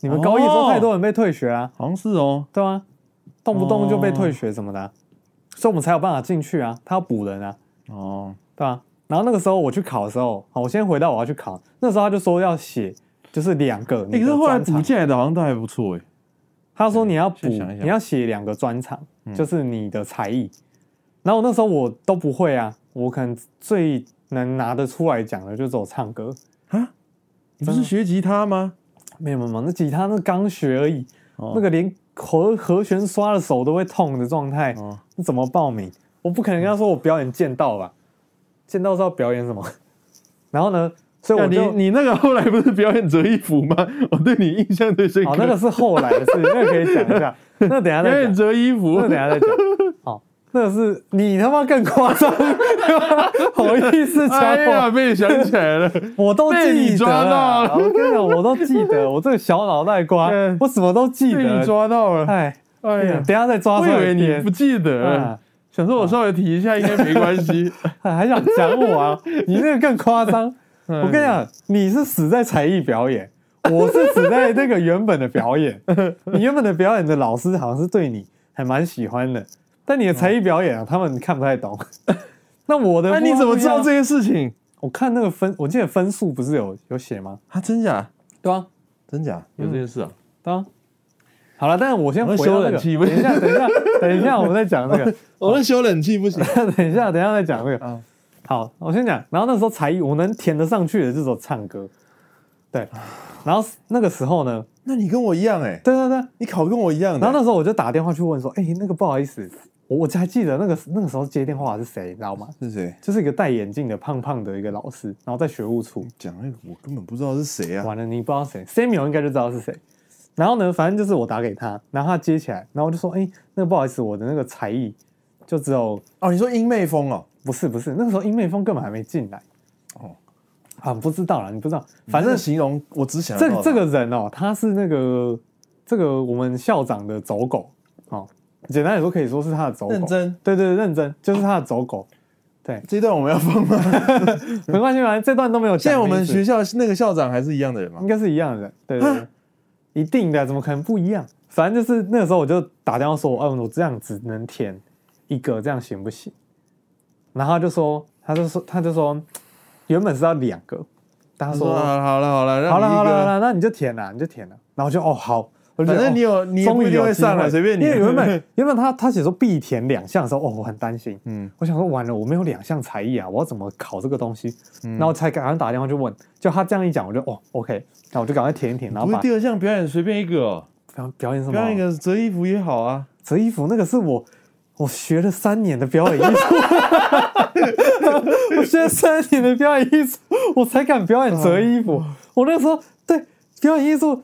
[SPEAKER 4] 你们高一的时候
[SPEAKER 5] 哦
[SPEAKER 4] 太多人被退学啊，
[SPEAKER 5] 好像是哦，
[SPEAKER 4] 对啊，动不动就被退学什么的啊、所以我们才有办法进去啊，他要补人啊，
[SPEAKER 5] 哦，
[SPEAKER 4] 对啊。然后那个时候我去考的时候，好，我先回到我要去考，那时候他就说要写就是两个
[SPEAKER 5] 哎，
[SPEAKER 4] 你的
[SPEAKER 5] 可是后来
[SPEAKER 4] 专
[SPEAKER 5] 补
[SPEAKER 4] 场，
[SPEAKER 5] 进来的好像都还不错哎。
[SPEAKER 4] 他说你要补
[SPEAKER 5] 先想一想嗯
[SPEAKER 4] 你要写两个专场，就是你的才艺。然后我那时候我都不会啊，我可能最能拿得出来讲的就只有唱歌。
[SPEAKER 5] 你不是学吉他吗？
[SPEAKER 4] 没有没有，没有那吉他那刚学而已，
[SPEAKER 5] 哦
[SPEAKER 4] 那个连和和弦刷的手都会痛的状态，
[SPEAKER 5] 哦
[SPEAKER 4] 那怎么报名？我不可能跟他说我表演剑道吧？剑道是要表演什么？ 然后呢，所以
[SPEAKER 5] 那
[SPEAKER 4] 我
[SPEAKER 5] 你
[SPEAKER 4] 就
[SPEAKER 5] 你那个后来不是表演折衣服吗？我对你印象最深刻。
[SPEAKER 4] 哦，那个是后来的事，那个可以讲一下，那等一下
[SPEAKER 5] 表
[SPEAKER 4] 再
[SPEAKER 5] 演
[SPEAKER 4] 讲，
[SPEAKER 5] 折衣
[SPEAKER 4] 那
[SPEAKER 5] 服
[SPEAKER 4] 等一，下再 讲。好，那个是你他妈更夸 张，好意思讲
[SPEAKER 5] 哎呀，
[SPEAKER 4] 我，
[SPEAKER 5] 被想起来了。
[SPEAKER 4] 我都
[SPEAKER 5] 被你
[SPEAKER 4] 记得
[SPEAKER 5] 抓到
[SPEAKER 4] 啊，
[SPEAKER 5] 了
[SPEAKER 4] 我跟你讲，我都记得，我这个小脑袋瓜
[SPEAKER 5] 对，
[SPEAKER 4] 我什么都记
[SPEAKER 5] 被
[SPEAKER 4] 得
[SPEAKER 5] 你。抓到了，
[SPEAKER 4] 哎，
[SPEAKER 5] 哎呀
[SPEAKER 4] 等，一下再抓
[SPEAKER 5] 我
[SPEAKER 4] 出
[SPEAKER 5] 以
[SPEAKER 4] 来
[SPEAKER 5] 为你
[SPEAKER 4] 编
[SPEAKER 5] 不记得
[SPEAKER 4] 啊
[SPEAKER 5] 了，想说我稍微提一下应该没关系。
[SPEAKER 4] 还还想讲我 啊？你那个更夸张。
[SPEAKER 5] 嗯
[SPEAKER 4] 我跟你讲，你是死在才艺表演，我是死在那个原本的表 演。你原本的表演的老师好像是对你还蛮喜欢的，但你的才艺表演啊，他们看不太 懂。那我的，
[SPEAKER 5] 那你怎么知道这？些事情？
[SPEAKER 4] 我看那个分，我记得分数不是有有写吗？
[SPEAKER 5] 啊，真假？
[SPEAKER 4] 对啊，
[SPEAKER 5] 真假？有这件事啊？
[SPEAKER 4] 对啊。好了，但是我先
[SPEAKER 5] 我
[SPEAKER 4] 回
[SPEAKER 5] 在
[SPEAKER 4] 到那
[SPEAKER 5] 修
[SPEAKER 4] 个，
[SPEAKER 5] 冷气
[SPEAKER 4] 等
[SPEAKER 5] 不是
[SPEAKER 4] 一下，等一下，等一下，我们再讲这 个。
[SPEAKER 5] 我们修冷气不行。
[SPEAKER 4] 等一下，等一下再讲这个。
[SPEAKER 5] 嗯
[SPEAKER 4] 好，我先讲。然后那时候才艺，我能填得上去的这首唱歌，对。然后那个时候呢，
[SPEAKER 5] 那你跟我一样哎，
[SPEAKER 4] 对对对。
[SPEAKER 5] 你考跟我一样
[SPEAKER 4] 然后那时候我就打电话去问说，哎、那个不好意思，我我还记得那个那个时候接电话的是谁，你知道吗？
[SPEAKER 5] 是谁？
[SPEAKER 4] 就是一个戴眼镜的胖胖的一个老师，然后在学务处。
[SPEAKER 5] 讲那个我根本不知道是谁
[SPEAKER 1] 嗯
[SPEAKER 5] 啊！
[SPEAKER 4] 完了，你不知道谁，Samuel 应该就知道是谁。然后呢，反正就是我打给他，然后他接起来，然后我就说，哎、那个不好意思，我的那个才艺就只有
[SPEAKER 5] 哦，你说英妹风哦，
[SPEAKER 4] 不是不是，那个时候英妹风根本还没进来。
[SPEAKER 5] 哦
[SPEAKER 4] 哦，啊，不知道啦，你不知道，反
[SPEAKER 5] 反正
[SPEAKER 4] 正
[SPEAKER 5] 形容我只想
[SPEAKER 4] 这这个人哦，他是那个这个我们校长的走狗哦，简单来说可以说是他的走狗。
[SPEAKER 5] 认，真
[SPEAKER 4] 对对，认真就是他的走狗。
[SPEAKER 5] 这段我们要放吗？
[SPEAKER 4] 没关系，反正这段都没有讲名字。
[SPEAKER 5] 现在我们学校那个校长还是一样的人吗
[SPEAKER 4] 应？该是一样的人，对对对，
[SPEAKER 5] 啊
[SPEAKER 4] 一定的，怎么可能不一样？反正就是那个时候我就打电话说，嗯、我这样只能填一个，这样行不行？然后他就说，他就说，他就说，原本是要两个，但
[SPEAKER 5] 他
[SPEAKER 4] 他
[SPEAKER 5] 说
[SPEAKER 4] 说
[SPEAKER 5] 啊好了好了，让
[SPEAKER 4] 好
[SPEAKER 5] 你
[SPEAKER 4] 了
[SPEAKER 5] 一
[SPEAKER 4] 好了
[SPEAKER 5] 个
[SPEAKER 4] 好了，那你就填啦，你就填了。然后我就哦好，我就觉
[SPEAKER 5] 反
[SPEAKER 4] 得
[SPEAKER 5] 正你
[SPEAKER 4] 哦
[SPEAKER 5] 有你也
[SPEAKER 4] 终
[SPEAKER 5] 不一
[SPEAKER 4] 于
[SPEAKER 5] 定
[SPEAKER 4] 有
[SPEAKER 5] 会
[SPEAKER 4] 机会
[SPEAKER 5] 上了，随便你。
[SPEAKER 4] 因为原 本原本他他写说必填两项的时候，哦，我很担心，
[SPEAKER 5] 嗯
[SPEAKER 4] 我想说完了，我没有两项才艺啊，我要怎么考这个东西？
[SPEAKER 5] 嗯
[SPEAKER 4] 然后才赶快打电话去问，就他这样一讲，我就哦 OK，那我就赶快填一填，然后
[SPEAKER 5] 不是
[SPEAKER 4] 把
[SPEAKER 5] 第二项表演随便一个哦，
[SPEAKER 4] 表表演什么？
[SPEAKER 5] 表演一个折衣服也好啊。
[SPEAKER 4] 折衣服那个是我 我学了三年的表演艺术，我学了三年的表演艺术，我才敢表演折衣服。
[SPEAKER 5] 嗯
[SPEAKER 4] 我那时候对表演艺术，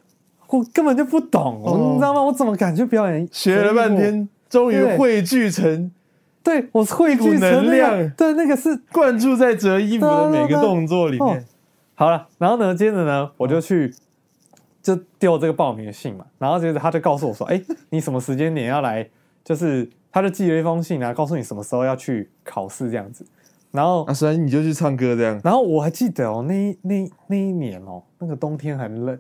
[SPEAKER 4] 我根本就不懂，
[SPEAKER 5] 哦
[SPEAKER 4] 你知道吗？我怎么敢去表演？
[SPEAKER 5] 学了半，天，终于
[SPEAKER 4] 对
[SPEAKER 5] 汇聚成
[SPEAKER 4] 对我汇
[SPEAKER 5] 一股
[SPEAKER 4] 聚成
[SPEAKER 5] 能
[SPEAKER 4] 那
[SPEAKER 5] 量
[SPEAKER 4] 个，对那个是
[SPEAKER 5] 灌注在折衣服的每个动作里
[SPEAKER 4] 哦
[SPEAKER 5] 面。，
[SPEAKER 4] 好了，然后呢，接着呢，我就去就丢这个报名的信嘛，然后接着他就告诉我说，哎、你什么时间点要来？就是他就寄了一封信啊，告诉你什么时候要去考试这样子。然后
[SPEAKER 5] 那，啊所以你就去唱歌这样。
[SPEAKER 4] 然后我还记得哦，那一那一那一年哦，那个冬天很 冷，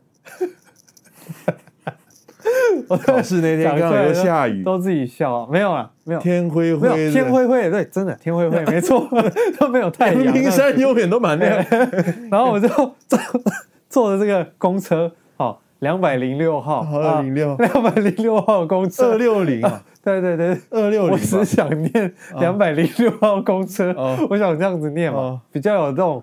[SPEAKER 5] 考试那天
[SPEAKER 4] 哦讲出
[SPEAKER 5] 刚好
[SPEAKER 4] 来
[SPEAKER 5] 又
[SPEAKER 4] 都
[SPEAKER 5] 下雨，
[SPEAKER 4] 都自己笑啊，没有啊，没有，
[SPEAKER 5] 天灰
[SPEAKER 4] 没
[SPEAKER 5] 灰
[SPEAKER 4] 有
[SPEAKER 5] 的，
[SPEAKER 4] 天灰灰的，对，真的天灰灰，没错， 都没有太阳，
[SPEAKER 5] 冰山永远都蛮亮。
[SPEAKER 4] 然后我就坐坐着这个公车，好，两百零六号，啊
[SPEAKER 5] 好206
[SPEAKER 4] 两百零六号公
[SPEAKER 5] 二
[SPEAKER 4] 车，
[SPEAKER 5] 六零啊，
[SPEAKER 4] 对对对，
[SPEAKER 5] 二六
[SPEAKER 4] 我
[SPEAKER 5] 零
[SPEAKER 4] 只
[SPEAKER 5] 吧。
[SPEAKER 4] 想念两百零六号公车
[SPEAKER 5] 哦，
[SPEAKER 4] 我想这样子念嘛
[SPEAKER 5] 哦，
[SPEAKER 4] 比较有这种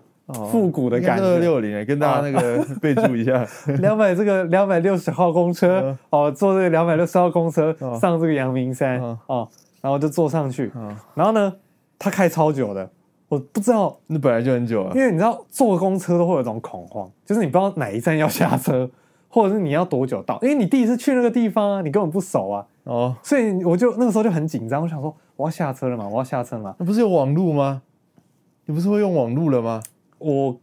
[SPEAKER 4] 复古的感
[SPEAKER 1] 二
[SPEAKER 4] 觉。
[SPEAKER 1] 六零，跟大家那个备注一 下，
[SPEAKER 4] 两百这个两百六十号公车
[SPEAKER 1] 嗯
[SPEAKER 4] 哦，坐这个两百六十号公车
[SPEAKER 1] 嗯
[SPEAKER 4] 上这个阳明山
[SPEAKER 1] 嗯
[SPEAKER 4] 哦，然后就坐上去
[SPEAKER 1] 嗯，
[SPEAKER 4] 然后呢，他开超久的，我不知道
[SPEAKER 1] 那本来就很久啊
[SPEAKER 4] 因。为你知道坐公车都会有一种恐慌，就是你不知道哪一站要下车，或者是你要多久到，因为你第一次去那个地方啊，你根本不熟啊，
[SPEAKER 1] 哦，
[SPEAKER 4] 所以我就那个时候就很紧张，我想说我要下车了嘛，我要下车了嘛。
[SPEAKER 1] 那不是有网路吗？你不是会用网路了吗？
[SPEAKER 4] 我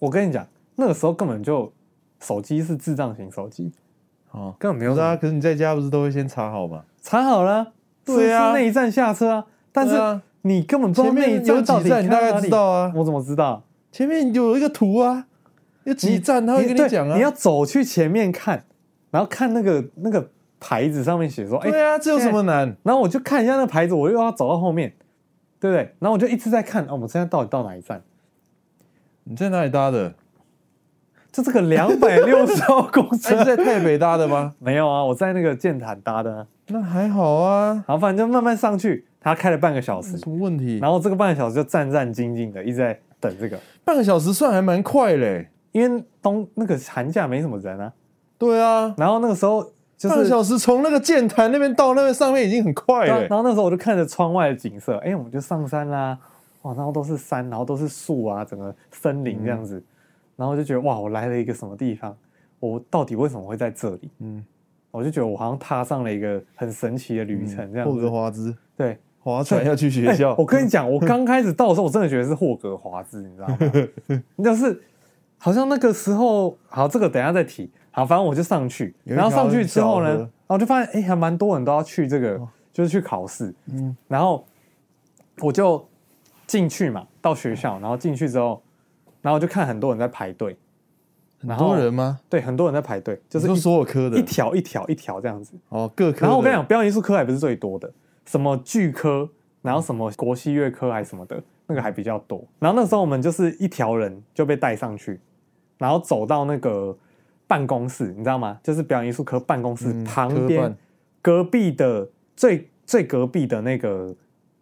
[SPEAKER 4] 我跟你讲，那个时候根本就手机是智障型手机，
[SPEAKER 1] 哦，
[SPEAKER 4] 根本没有
[SPEAKER 1] 不是
[SPEAKER 4] 什么
[SPEAKER 1] 啊，可是你在家不是都会先查好吗？
[SPEAKER 4] 查好了，
[SPEAKER 1] 对啊
[SPEAKER 4] 是是那一站下车啊，但
[SPEAKER 1] 对
[SPEAKER 4] 是
[SPEAKER 1] 啊
[SPEAKER 4] 你根本不知
[SPEAKER 1] 前
[SPEAKER 4] 道那
[SPEAKER 1] 面
[SPEAKER 4] 一
[SPEAKER 1] 有
[SPEAKER 4] 站到
[SPEAKER 1] 几
[SPEAKER 4] 底
[SPEAKER 1] 站，你大
[SPEAKER 4] 开到
[SPEAKER 1] 概
[SPEAKER 4] 哪里
[SPEAKER 1] 知道啊。
[SPEAKER 4] 我怎么知道？
[SPEAKER 1] 前面有一个图啊，有几站，他会跟
[SPEAKER 4] 对
[SPEAKER 1] 你讲啊。
[SPEAKER 4] 你要走去前面看，然后看那个那个牌子上面写说，哎、
[SPEAKER 1] 对啊，这有什么难？
[SPEAKER 4] 然后我就看一下那牌子，我又要走到后面，对不对？然后我就一直在看，哦，我们现在到底到哪一站？
[SPEAKER 1] 你在哪里搭的？
[SPEAKER 4] 就这个两百六十号公
[SPEAKER 1] 哎你是
[SPEAKER 4] 车？
[SPEAKER 1] 在台北搭的吗
[SPEAKER 4] 没有啊，我在那个剑潭搭的、啊，
[SPEAKER 1] 那还好啊，
[SPEAKER 4] 然后反正就慢慢上去，他开了半个小时
[SPEAKER 1] 有，什么问题？
[SPEAKER 4] 然后这个半个小时就战战兢兢的一直在等这个，
[SPEAKER 1] 半个小时算还蛮快嘞。
[SPEAKER 4] 因为冬那个寒假没什么人啊，
[SPEAKER 1] 对啊，
[SPEAKER 4] 然后那个时候就
[SPEAKER 1] 半个
[SPEAKER 4] 是。
[SPEAKER 1] 小时从那个剑潭那边到那个上面已经很快
[SPEAKER 4] 对啊
[SPEAKER 1] 了。
[SPEAKER 4] 然后那时候我就看着窗外的景色，哎，我们就上山啦，哇，然后都是山，然后都是树啊，整个森林这样子，然后就觉得哇，我来了一个什么地方？我到底为什么会在这里？
[SPEAKER 1] 嗯，
[SPEAKER 4] 我就觉得我好像踏上了一个很神奇的旅程，这样
[SPEAKER 1] 霍
[SPEAKER 4] 子。
[SPEAKER 1] 格华兹
[SPEAKER 4] 对，
[SPEAKER 1] 划船要去学校
[SPEAKER 4] 哎，我跟你讲，我刚开始到的时候，我真的觉得是霍格华兹，你知道吗？ 就是好像那个时候，好，这个等一下再提。好，反正我就上去，
[SPEAKER 1] 有一条
[SPEAKER 4] 然后上去之后呢，
[SPEAKER 1] 小河哦
[SPEAKER 4] 然后就发现哎、还蛮多人都要去这个，就是去考试。嗯，然后我就进去嘛，到学校，然后进去之后，然后就看很多人在排队，
[SPEAKER 1] 很
[SPEAKER 4] 然后
[SPEAKER 1] 多人吗？
[SPEAKER 4] 对，很多人在排队，就
[SPEAKER 1] 就是是
[SPEAKER 4] 一
[SPEAKER 1] 所有科的
[SPEAKER 4] 一条一条一条这样子。
[SPEAKER 1] 哦，各科的。
[SPEAKER 4] 然后我跟你讲，表演艺术科还不是最多的，什么剧科，然后什么国戏乐科还什么的，那个还比较多。然后那时候我们就是一条人就被带上去，然后走到那个办公室，你知道吗？就是表演艺术科办公室
[SPEAKER 1] 嗯
[SPEAKER 4] 旁
[SPEAKER 1] 科
[SPEAKER 4] 边
[SPEAKER 1] 办
[SPEAKER 4] 隔壁的最最隔壁的那个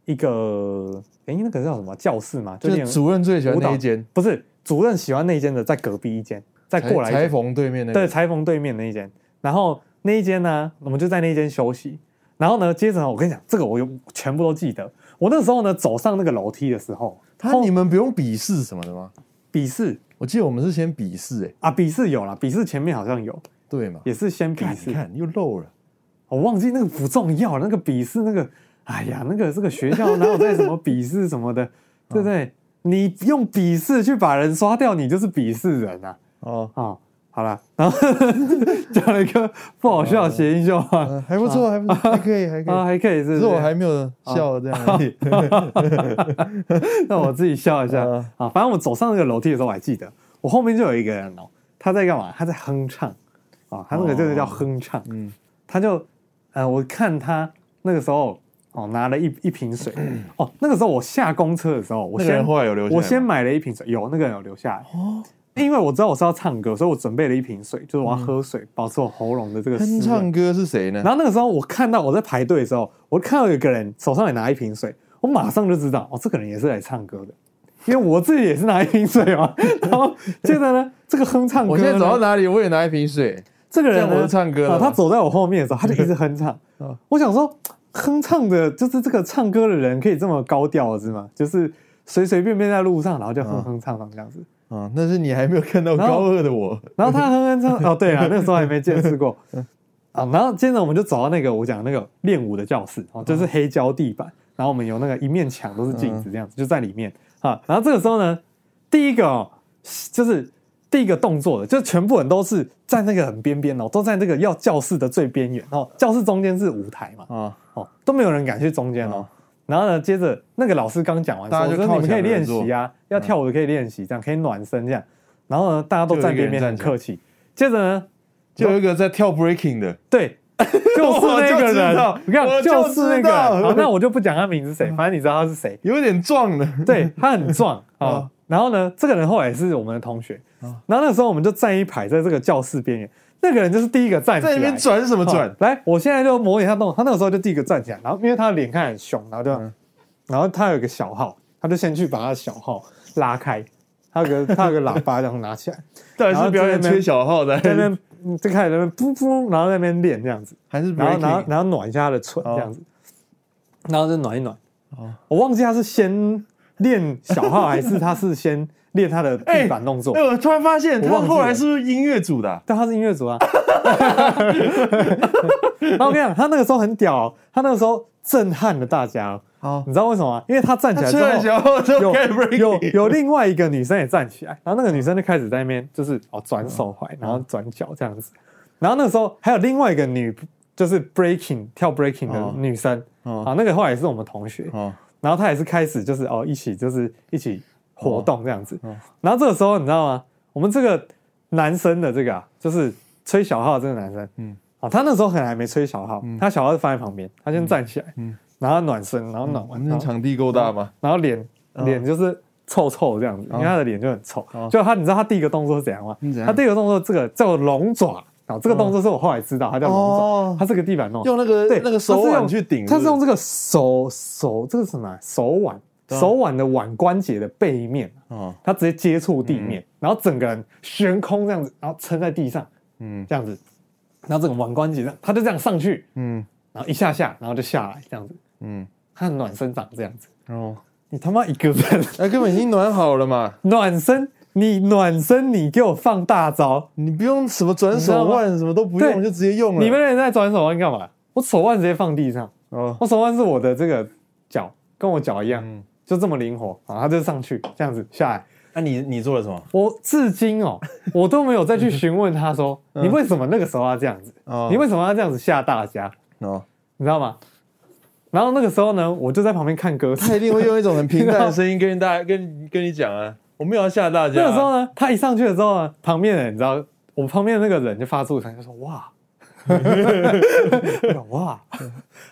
[SPEAKER 4] 一个，诶，那个叫什么教室嘛？
[SPEAKER 1] 就是是主任最喜欢那一间，
[SPEAKER 4] 不是主任喜欢那一间的，在隔壁一间，再
[SPEAKER 1] 裁
[SPEAKER 4] 过来一间
[SPEAKER 1] 裁缝对面那
[SPEAKER 4] 对，
[SPEAKER 1] 个。
[SPEAKER 4] 裁缝对面那一间。然后那一间呢，我们就在那一间休息。然后呢，接着呢我跟你讲，这个我有全部都记得。我那时候呢，走上那个楼梯的时候，
[SPEAKER 1] 他你们不用笔试什么的吗？
[SPEAKER 4] 笔试
[SPEAKER 1] 我记得我们是先笔试，哎，
[SPEAKER 4] 啊，笔试有啦，笔试前面好像有，
[SPEAKER 1] 对嘛？
[SPEAKER 4] 也是先笔
[SPEAKER 1] 看
[SPEAKER 4] 试
[SPEAKER 1] 你。看又漏了，
[SPEAKER 4] 我忘记那个不重要，那个笔试那个，哎呀，那个这个学校哪有在什么笔试什 么的，对不对？你用笔试去把人刷掉，你就是鄙视人啊！
[SPEAKER 1] 哦，
[SPEAKER 4] 啊、好了，然后 讲了一个不好笑的谐音笑话
[SPEAKER 1] 呃还不错，还不错，还可以，还
[SPEAKER 4] 啊，
[SPEAKER 1] 可以。
[SPEAKER 4] 还可以
[SPEAKER 1] 只
[SPEAKER 4] 是啊不是，
[SPEAKER 1] 是我还没有笑这样而已。
[SPEAKER 4] 那我自己笑一下
[SPEAKER 1] 嗯
[SPEAKER 4] 啊。反正我走上那个楼梯的时候，我还记得，我后面就有一个人哦，他在干嘛？他在哼唱啊，他那个就是叫哼唱。
[SPEAKER 1] 嗯
[SPEAKER 4] 他就呃，我看他那个时候哦，拿了一一瓶水哦，那个时候我下公车的时候，我
[SPEAKER 1] 嗯那个人
[SPEAKER 4] 先
[SPEAKER 1] 后来有留下来吗
[SPEAKER 4] 我先买了一瓶水，有那个人有留下来哦。因为我知道我是要唱歌，所以我准备了一瓶水，就是我要喝水，保持我喉咙的这个
[SPEAKER 1] 嗯
[SPEAKER 4] 湿
[SPEAKER 1] 哼
[SPEAKER 4] 润
[SPEAKER 1] 唱歌是谁呢
[SPEAKER 4] 然？后那个时候我看到我在排队的时候，我看到有个人手上也拿一瓶水，我马上就知道哦，这个人也是来唱歌的，因为我自己也是拿一瓶水嘛。 然后接着呢，这个哼 唱歌
[SPEAKER 1] 我
[SPEAKER 4] 呢，
[SPEAKER 1] 现在走到哪里，我也拿一瓶水。
[SPEAKER 4] 这个人
[SPEAKER 1] 这样
[SPEAKER 4] 呢
[SPEAKER 1] 我就唱歌了
[SPEAKER 4] 啊他走在我后面的时候，他就一直 哼唱
[SPEAKER 1] 啊。
[SPEAKER 4] 我想说，哼唱的就是这个唱歌的人可以这么高调是吗？就是随随便便在路上，然后就
[SPEAKER 1] 哦
[SPEAKER 4] 哼哼唱唱这样子。
[SPEAKER 1] 啊，那是你还没有看到高二的我。
[SPEAKER 4] 然后他哼哼唱，哦，对啊，那个时候还没见识过啊。然后接着我们就走到那个我讲那个练舞的教室，哦，就是黑胶地板，然后我们有那个一面墙都是镜子，这样子就在里面啊。然后这个时候呢，第一个哦，就是第一个动作的，就全部人都是在那个很边边哦，都在那个要教室的最边缘哦，教室中间是舞台嘛，
[SPEAKER 1] 啊，
[SPEAKER 4] 哦，都没有人敢去中间哦。然后呢，接着那个老师刚讲完说，
[SPEAKER 1] 大家就
[SPEAKER 4] 我说
[SPEAKER 1] 靠
[SPEAKER 4] 你们可以
[SPEAKER 1] 墙而
[SPEAKER 4] 练
[SPEAKER 1] 坐
[SPEAKER 4] 习啊，要跳舞的可以练习，这样可以暖身这
[SPEAKER 1] 嗯
[SPEAKER 4] 样。然后呢，大家都
[SPEAKER 1] 就有
[SPEAKER 4] 站
[SPEAKER 1] 一个
[SPEAKER 4] 边
[SPEAKER 1] 人
[SPEAKER 4] 边
[SPEAKER 1] 站
[SPEAKER 4] 很
[SPEAKER 1] 起来
[SPEAKER 4] 客气。接着呢，
[SPEAKER 1] 就有一个在跳 breaking 的，
[SPEAKER 4] 对，就是那个
[SPEAKER 1] 我就
[SPEAKER 4] 人，你
[SPEAKER 1] 知道嗯
[SPEAKER 4] 看，
[SPEAKER 1] 我
[SPEAKER 4] 就
[SPEAKER 1] 就是
[SPEAKER 4] 那
[SPEAKER 1] 知
[SPEAKER 4] 个
[SPEAKER 1] 道
[SPEAKER 4] 人。好，那我就不讲他名字是谁，反正你知道他是谁。
[SPEAKER 1] 有点壮的。
[SPEAKER 4] 对他很 壮啊、哦
[SPEAKER 1] 啊
[SPEAKER 4] 然后呢，这个人后来也是我们的同学。
[SPEAKER 1] 嗯
[SPEAKER 4] 然后那时候我们就站一排在这个教室边缘，那个人就是第一个站起来，
[SPEAKER 1] 在那边转什么
[SPEAKER 4] 哦
[SPEAKER 1] 转？
[SPEAKER 4] 来，我现在就模拟他动作。他那个时候就第一个站起来，然后因为他的脸看起来很
[SPEAKER 5] 嗯
[SPEAKER 4] 凶，然后就，然后他有一个小号，他就先去把他的小号拉开，他有 个他有个喇叭这样拿起来，
[SPEAKER 5] 到底是表演吹小号 的，
[SPEAKER 4] 在那边嗯就开始在那边噗噗，然后在那边练这样子，
[SPEAKER 5] 还是
[SPEAKER 4] 然后然后
[SPEAKER 5] breaking？
[SPEAKER 4] 然后暖一下他的唇
[SPEAKER 5] 嗯哦
[SPEAKER 4] 这样子，然后就暖一暖。我忘记他是先练小号还是他是先练他的地板动作
[SPEAKER 5] 哎，，我突然发现
[SPEAKER 4] 我
[SPEAKER 5] 他
[SPEAKER 4] 忘记
[SPEAKER 5] 后来
[SPEAKER 4] 了
[SPEAKER 5] 是不是音乐组的啊？
[SPEAKER 4] 但他是音乐组啊。 然后我跟你讲，他那个时候很屌哦，他那个时候震撼了大家哦。
[SPEAKER 5] 好
[SPEAKER 4] 你知道为什么吗？因为他站起来之
[SPEAKER 5] 吹完
[SPEAKER 4] 后，
[SPEAKER 5] 小号之后
[SPEAKER 4] 有
[SPEAKER 5] 开始 breaking，
[SPEAKER 4] 有有另外一个女生也站起来，然后那个女生就开始在那边就是哦转手
[SPEAKER 5] 嗯
[SPEAKER 4] 踝，然后转脚这样子。然后那个时候还有另外一个女，就是 breaking 跳 breaking 的
[SPEAKER 5] 哦
[SPEAKER 4] 女生，
[SPEAKER 5] 哦
[SPEAKER 4] 啊，那个后来也是我们同学，
[SPEAKER 5] 哦
[SPEAKER 4] 然后她也是开始就是哦一起就是一起活动这样子
[SPEAKER 5] 哦。
[SPEAKER 4] 然后这个时候你知道吗？我们这个男生的这个啊，就是吹小号的这个男生，
[SPEAKER 5] 嗯
[SPEAKER 4] 嗯，啊，他那时候可能还没吹小号，他小号是放在旁边，他先站起来，
[SPEAKER 5] 嗯
[SPEAKER 4] 嗯，然后暖身，然后暖
[SPEAKER 5] 我
[SPEAKER 4] 完，然
[SPEAKER 5] 们
[SPEAKER 4] 后
[SPEAKER 5] 场地够大吗？
[SPEAKER 4] 然后脸
[SPEAKER 5] 哦
[SPEAKER 4] 脸就是臭臭这样子，因为他的脸就很臭
[SPEAKER 5] 哦。
[SPEAKER 4] 就他，你知道他第一个动作是怎样吗
[SPEAKER 5] 嗯嗯怎？样嗯
[SPEAKER 4] 他第一个动作这个叫龙爪，啊，这个动作是我后来知道，他叫龙
[SPEAKER 5] 哦
[SPEAKER 4] 爪，他是个地板弄，
[SPEAKER 5] 用那个
[SPEAKER 4] 对，
[SPEAKER 5] 那个手
[SPEAKER 4] 他是
[SPEAKER 5] 腕
[SPEAKER 4] 用
[SPEAKER 5] 去顶，
[SPEAKER 4] 他是用
[SPEAKER 5] 不
[SPEAKER 4] 这个手手这个是什么啊？手腕，
[SPEAKER 5] 对啊
[SPEAKER 4] 手腕的腕关节的背面，啊
[SPEAKER 5] 哦，
[SPEAKER 4] 他直接接触地面，然后整个人悬空这样子，然后撑在地上
[SPEAKER 5] 嗯
[SPEAKER 4] 这样子，然后这个腕关节这样，他就这样上去，
[SPEAKER 5] 嗯
[SPEAKER 4] 然后一下下，然后就下来这样子，
[SPEAKER 5] 嗯，
[SPEAKER 4] 他的暖身长这样子。
[SPEAKER 5] 然后
[SPEAKER 4] 你他妈一个人
[SPEAKER 5] 哎，根本已经暖好了嘛，
[SPEAKER 4] 暖身，你暖身，你给我放大招，
[SPEAKER 5] 你不用什么转手腕，什么都不
[SPEAKER 4] 对
[SPEAKER 5] 用，就直接用了。
[SPEAKER 4] 你们人在转手腕干嘛？我手腕直接放地上，
[SPEAKER 5] 哦，
[SPEAKER 4] 我手腕是我的这个脚跟我脚一样，
[SPEAKER 5] 嗯
[SPEAKER 4] 就这么灵活啊，他就上去这样子下来。
[SPEAKER 5] 那你你做了什么？
[SPEAKER 4] 我至今哦， 我都没有再去询问他说，你为什么那个时候要这样子？
[SPEAKER 5] 嗯哦
[SPEAKER 4] 你为什么要这样子吓大家？
[SPEAKER 5] 哦，
[SPEAKER 4] 你知道吗？然后那个时候呢，我就在旁边看歌
[SPEAKER 5] 他
[SPEAKER 4] 词。
[SPEAKER 5] 一定会用一种很平淡的声音跟大家跟跟你讲啊，我没有要吓大家。
[SPEAKER 4] 那个时候呢，他一上去的时候呢，旁边的人你知道，我旁边的那个人就发出声音就说哇， 我说哇，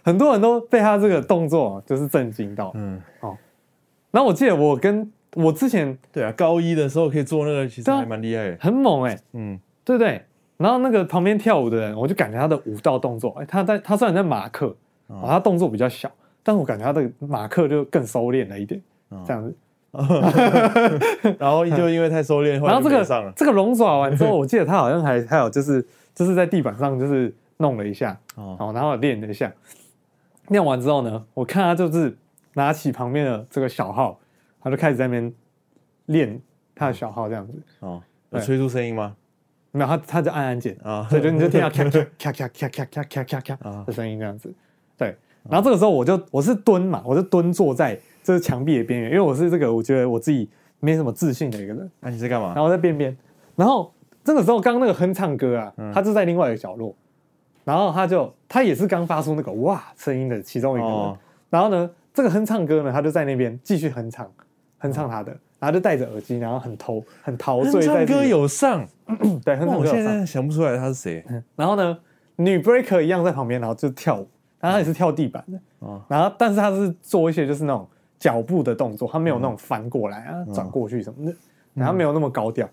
[SPEAKER 4] 很多人都被他这个动作就是震惊到。哦
[SPEAKER 5] 嗯，
[SPEAKER 4] 然后我记得我跟我之前
[SPEAKER 5] 对啊，高一的时候可以做那个，其实
[SPEAKER 4] 对啊
[SPEAKER 5] 还蛮厉害的。
[SPEAKER 4] 很猛哎、
[SPEAKER 5] 嗯，
[SPEAKER 4] 对不对？然后那个旁边跳舞的人，我就感觉他的舞蹈动作，哎，他在他虽然在马克，
[SPEAKER 5] 哦
[SPEAKER 4] 啊，他动作比较小，但我感觉他的马克就更收敛了一点，
[SPEAKER 5] 哦
[SPEAKER 4] 这样子。
[SPEAKER 5] 然后就因为太收敛，后来
[SPEAKER 4] 然后
[SPEAKER 5] 就
[SPEAKER 4] 这
[SPEAKER 5] 没上
[SPEAKER 4] 个
[SPEAKER 5] 了。
[SPEAKER 4] 这个龙爪完之后，我记得他好像还还有就是就是在地板上就是弄了一下，
[SPEAKER 5] 哦
[SPEAKER 4] 哦，然后练了一下，练完之后呢，我看他就是拿起旁边的这个小号，他就开始在那边练他的小号这样子，
[SPEAKER 5] 哦，有
[SPEAKER 4] 对
[SPEAKER 5] 吹出声音吗？
[SPEAKER 4] 没有他他就按按键，
[SPEAKER 5] 啊，
[SPEAKER 4] 所以就你就 听到咔咔咔咔咔咔咔咔咔
[SPEAKER 5] 哦
[SPEAKER 4] 咔的声音这样子。对，然后这个时候我就我是蹲嘛，我就蹲坐在这是墙壁的边缘，因为我是这个我觉得我自己没什么自信的一个人，
[SPEAKER 5] 那你在干嘛
[SPEAKER 4] 然？后在边边，然后这个时候刚刚那个哼唱歌啊，
[SPEAKER 5] 嗯
[SPEAKER 4] 他就在另外一个角落，然后他就他也是刚发出那个哇声音的其中一个人
[SPEAKER 5] 哦，
[SPEAKER 4] 然后呢这个哼唱歌呢，他就在那边继续哼唱，哼唱他的。然后就戴着耳机，然后很投很陶醉
[SPEAKER 5] 哼
[SPEAKER 4] 在
[SPEAKER 5] 唱
[SPEAKER 4] 自己
[SPEAKER 5] 歌有上，
[SPEAKER 4] 对，哼
[SPEAKER 5] 哇
[SPEAKER 4] 唱
[SPEAKER 5] 我
[SPEAKER 4] 歌有
[SPEAKER 5] 现
[SPEAKER 4] 上嗯
[SPEAKER 5] 在想不出来他是谁。
[SPEAKER 4] 然后呢，女 breaker 一样在旁边，然后就跳舞，然后她也是跳地板的，
[SPEAKER 5] 哦
[SPEAKER 4] 然后但是她是做一些就是那种脚步的动作，她没有那种翻过来啊、
[SPEAKER 5] 嗯
[SPEAKER 4] 转过去什么的，然后没有那么高调。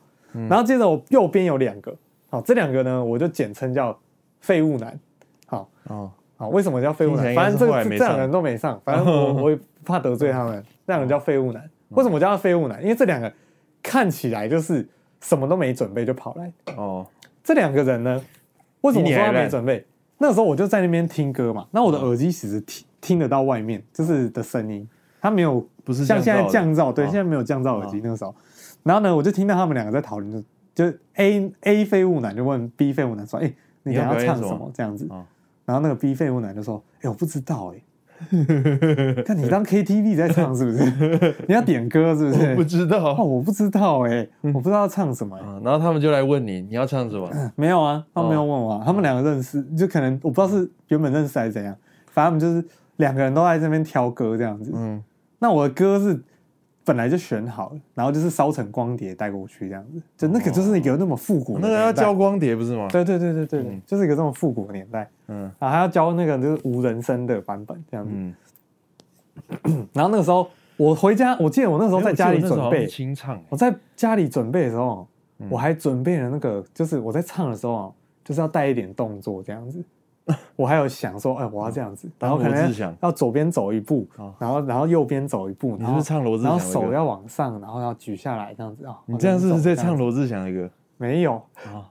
[SPEAKER 4] 然后接着我右边有两个，好，这两个呢我就简称叫废物男，好
[SPEAKER 5] 哦，
[SPEAKER 4] 好，为什么叫废物
[SPEAKER 5] 听起来
[SPEAKER 4] 男？反
[SPEAKER 5] 应该是
[SPEAKER 4] 正这
[SPEAKER 5] 后来
[SPEAKER 4] 个
[SPEAKER 5] 没
[SPEAKER 4] 这两
[SPEAKER 5] 上
[SPEAKER 4] 个人都没上，反正我 我也怕得罪他们，这两个叫废物
[SPEAKER 5] 嗯
[SPEAKER 4] 男。为什么叫他废物男？因为这两个看起来就是什么都没准备就跑来，
[SPEAKER 5] 哦，
[SPEAKER 4] 这两个人呢，为什么
[SPEAKER 5] 比
[SPEAKER 4] 我
[SPEAKER 5] 你
[SPEAKER 4] 说
[SPEAKER 5] 还嗯
[SPEAKER 4] 他没
[SPEAKER 5] 烂
[SPEAKER 4] 准备？那时候我就在那边听歌嘛，那我的耳机其实听听得到外面就是的声音，它没有
[SPEAKER 5] 不是
[SPEAKER 4] 像现
[SPEAKER 5] 降
[SPEAKER 4] 在
[SPEAKER 5] 噪的
[SPEAKER 4] 降噪，对，
[SPEAKER 5] 哦
[SPEAKER 4] 现在没有降噪耳机那个时候。然后呢，我就听到他们两个在讨论，就就 A A 废物男就问 B 废物男说：“哎、你
[SPEAKER 5] 你要
[SPEAKER 4] 等下
[SPEAKER 5] 表
[SPEAKER 4] 要
[SPEAKER 5] 演
[SPEAKER 4] 唱
[SPEAKER 5] 什
[SPEAKER 4] 什
[SPEAKER 5] 么
[SPEAKER 4] 么？”这样子
[SPEAKER 5] 哦。
[SPEAKER 4] 然后那个 B 废物男就说：“哎、我不知道哎、 看你当 KTV 在唱是不是？ 你要点歌是不 是？
[SPEAKER 5] 不知
[SPEAKER 4] 哦，
[SPEAKER 5] 道。嗯
[SPEAKER 4] 我不知道哎、我不知道要唱什么、哎
[SPEAKER 5] 啊，然后他们就来问你，你要唱什么？
[SPEAKER 4] 没有啊，他们没有
[SPEAKER 5] 哦嗯
[SPEAKER 4] 问我、啊，他们两个认识，就可能我不知道是原本认识还是怎样，反正他们就是两个人都在这边挑歌这样子。
[SPEAKER 5] 嗯，
[SPEAKER 4] 那我的歌是本来就选好了，然后就是烧成光碟带过去这样子，就那个就是有那么复古的
[SPEAKER 5] 哦那
[SPEAKER 4] 年代、
[SPEAKER 5] 个要交光碟不是吗？
[SPEAKER 4] 对对对对对对，就是一个这么复古的年代，
[SPEAKER 5] 嗯
[SPEAKER 4] 然后还要教那个就是无人声的版本这样子。
[SPEAKER 5] 嗯，
[SPEAKER 4] 然后那个时候我回家，我记得我那时候在家里
[SPEAKER 5] 哎我记得我那时候
[SPEAKER 4] 准
[SPEAKER 5] 好像
[SPEAKER 4] 备哦
[SPEAKER 5] 是，清唱，
[SPEAKER 4] 我在家里准备的时候，
[SPEAKER 1] 嗯
[SPEAKER 4] 我还准备了那个，就是我在唱的时候啊，就是要带一点动作这样子， 我还有想说，哎，我要这样子，然后可
[SPEAKER 1] 嗯当罗
[SPEAKER 4] 能
[SPEAKER 1] 志祥
[SPEAKER 4] 要左边走一步
[SPEAKER 1] 哦，
[SPEAKER 4] 然后然后右边走一步，
[SPEAKER 1] 你
[SPEAKER 4] 然
[SPEAKER 1] 是
[SPEAKER 4] 后
[SPEAKER 1] 不是唱罗志
[SPEAKER 4] 然后
[SPEAKER 1] 祥的歌
[SPEAKER 4] 手要往上，然后要举下来这样子啊。
[SPEAKER 1] 你这样是不是在唱
[SPEAKER 4] 罗？
[SPEAKER 1] 罗志祥的歌？
[SPEAKER 4] 没有
[SPEAKER 1] 啊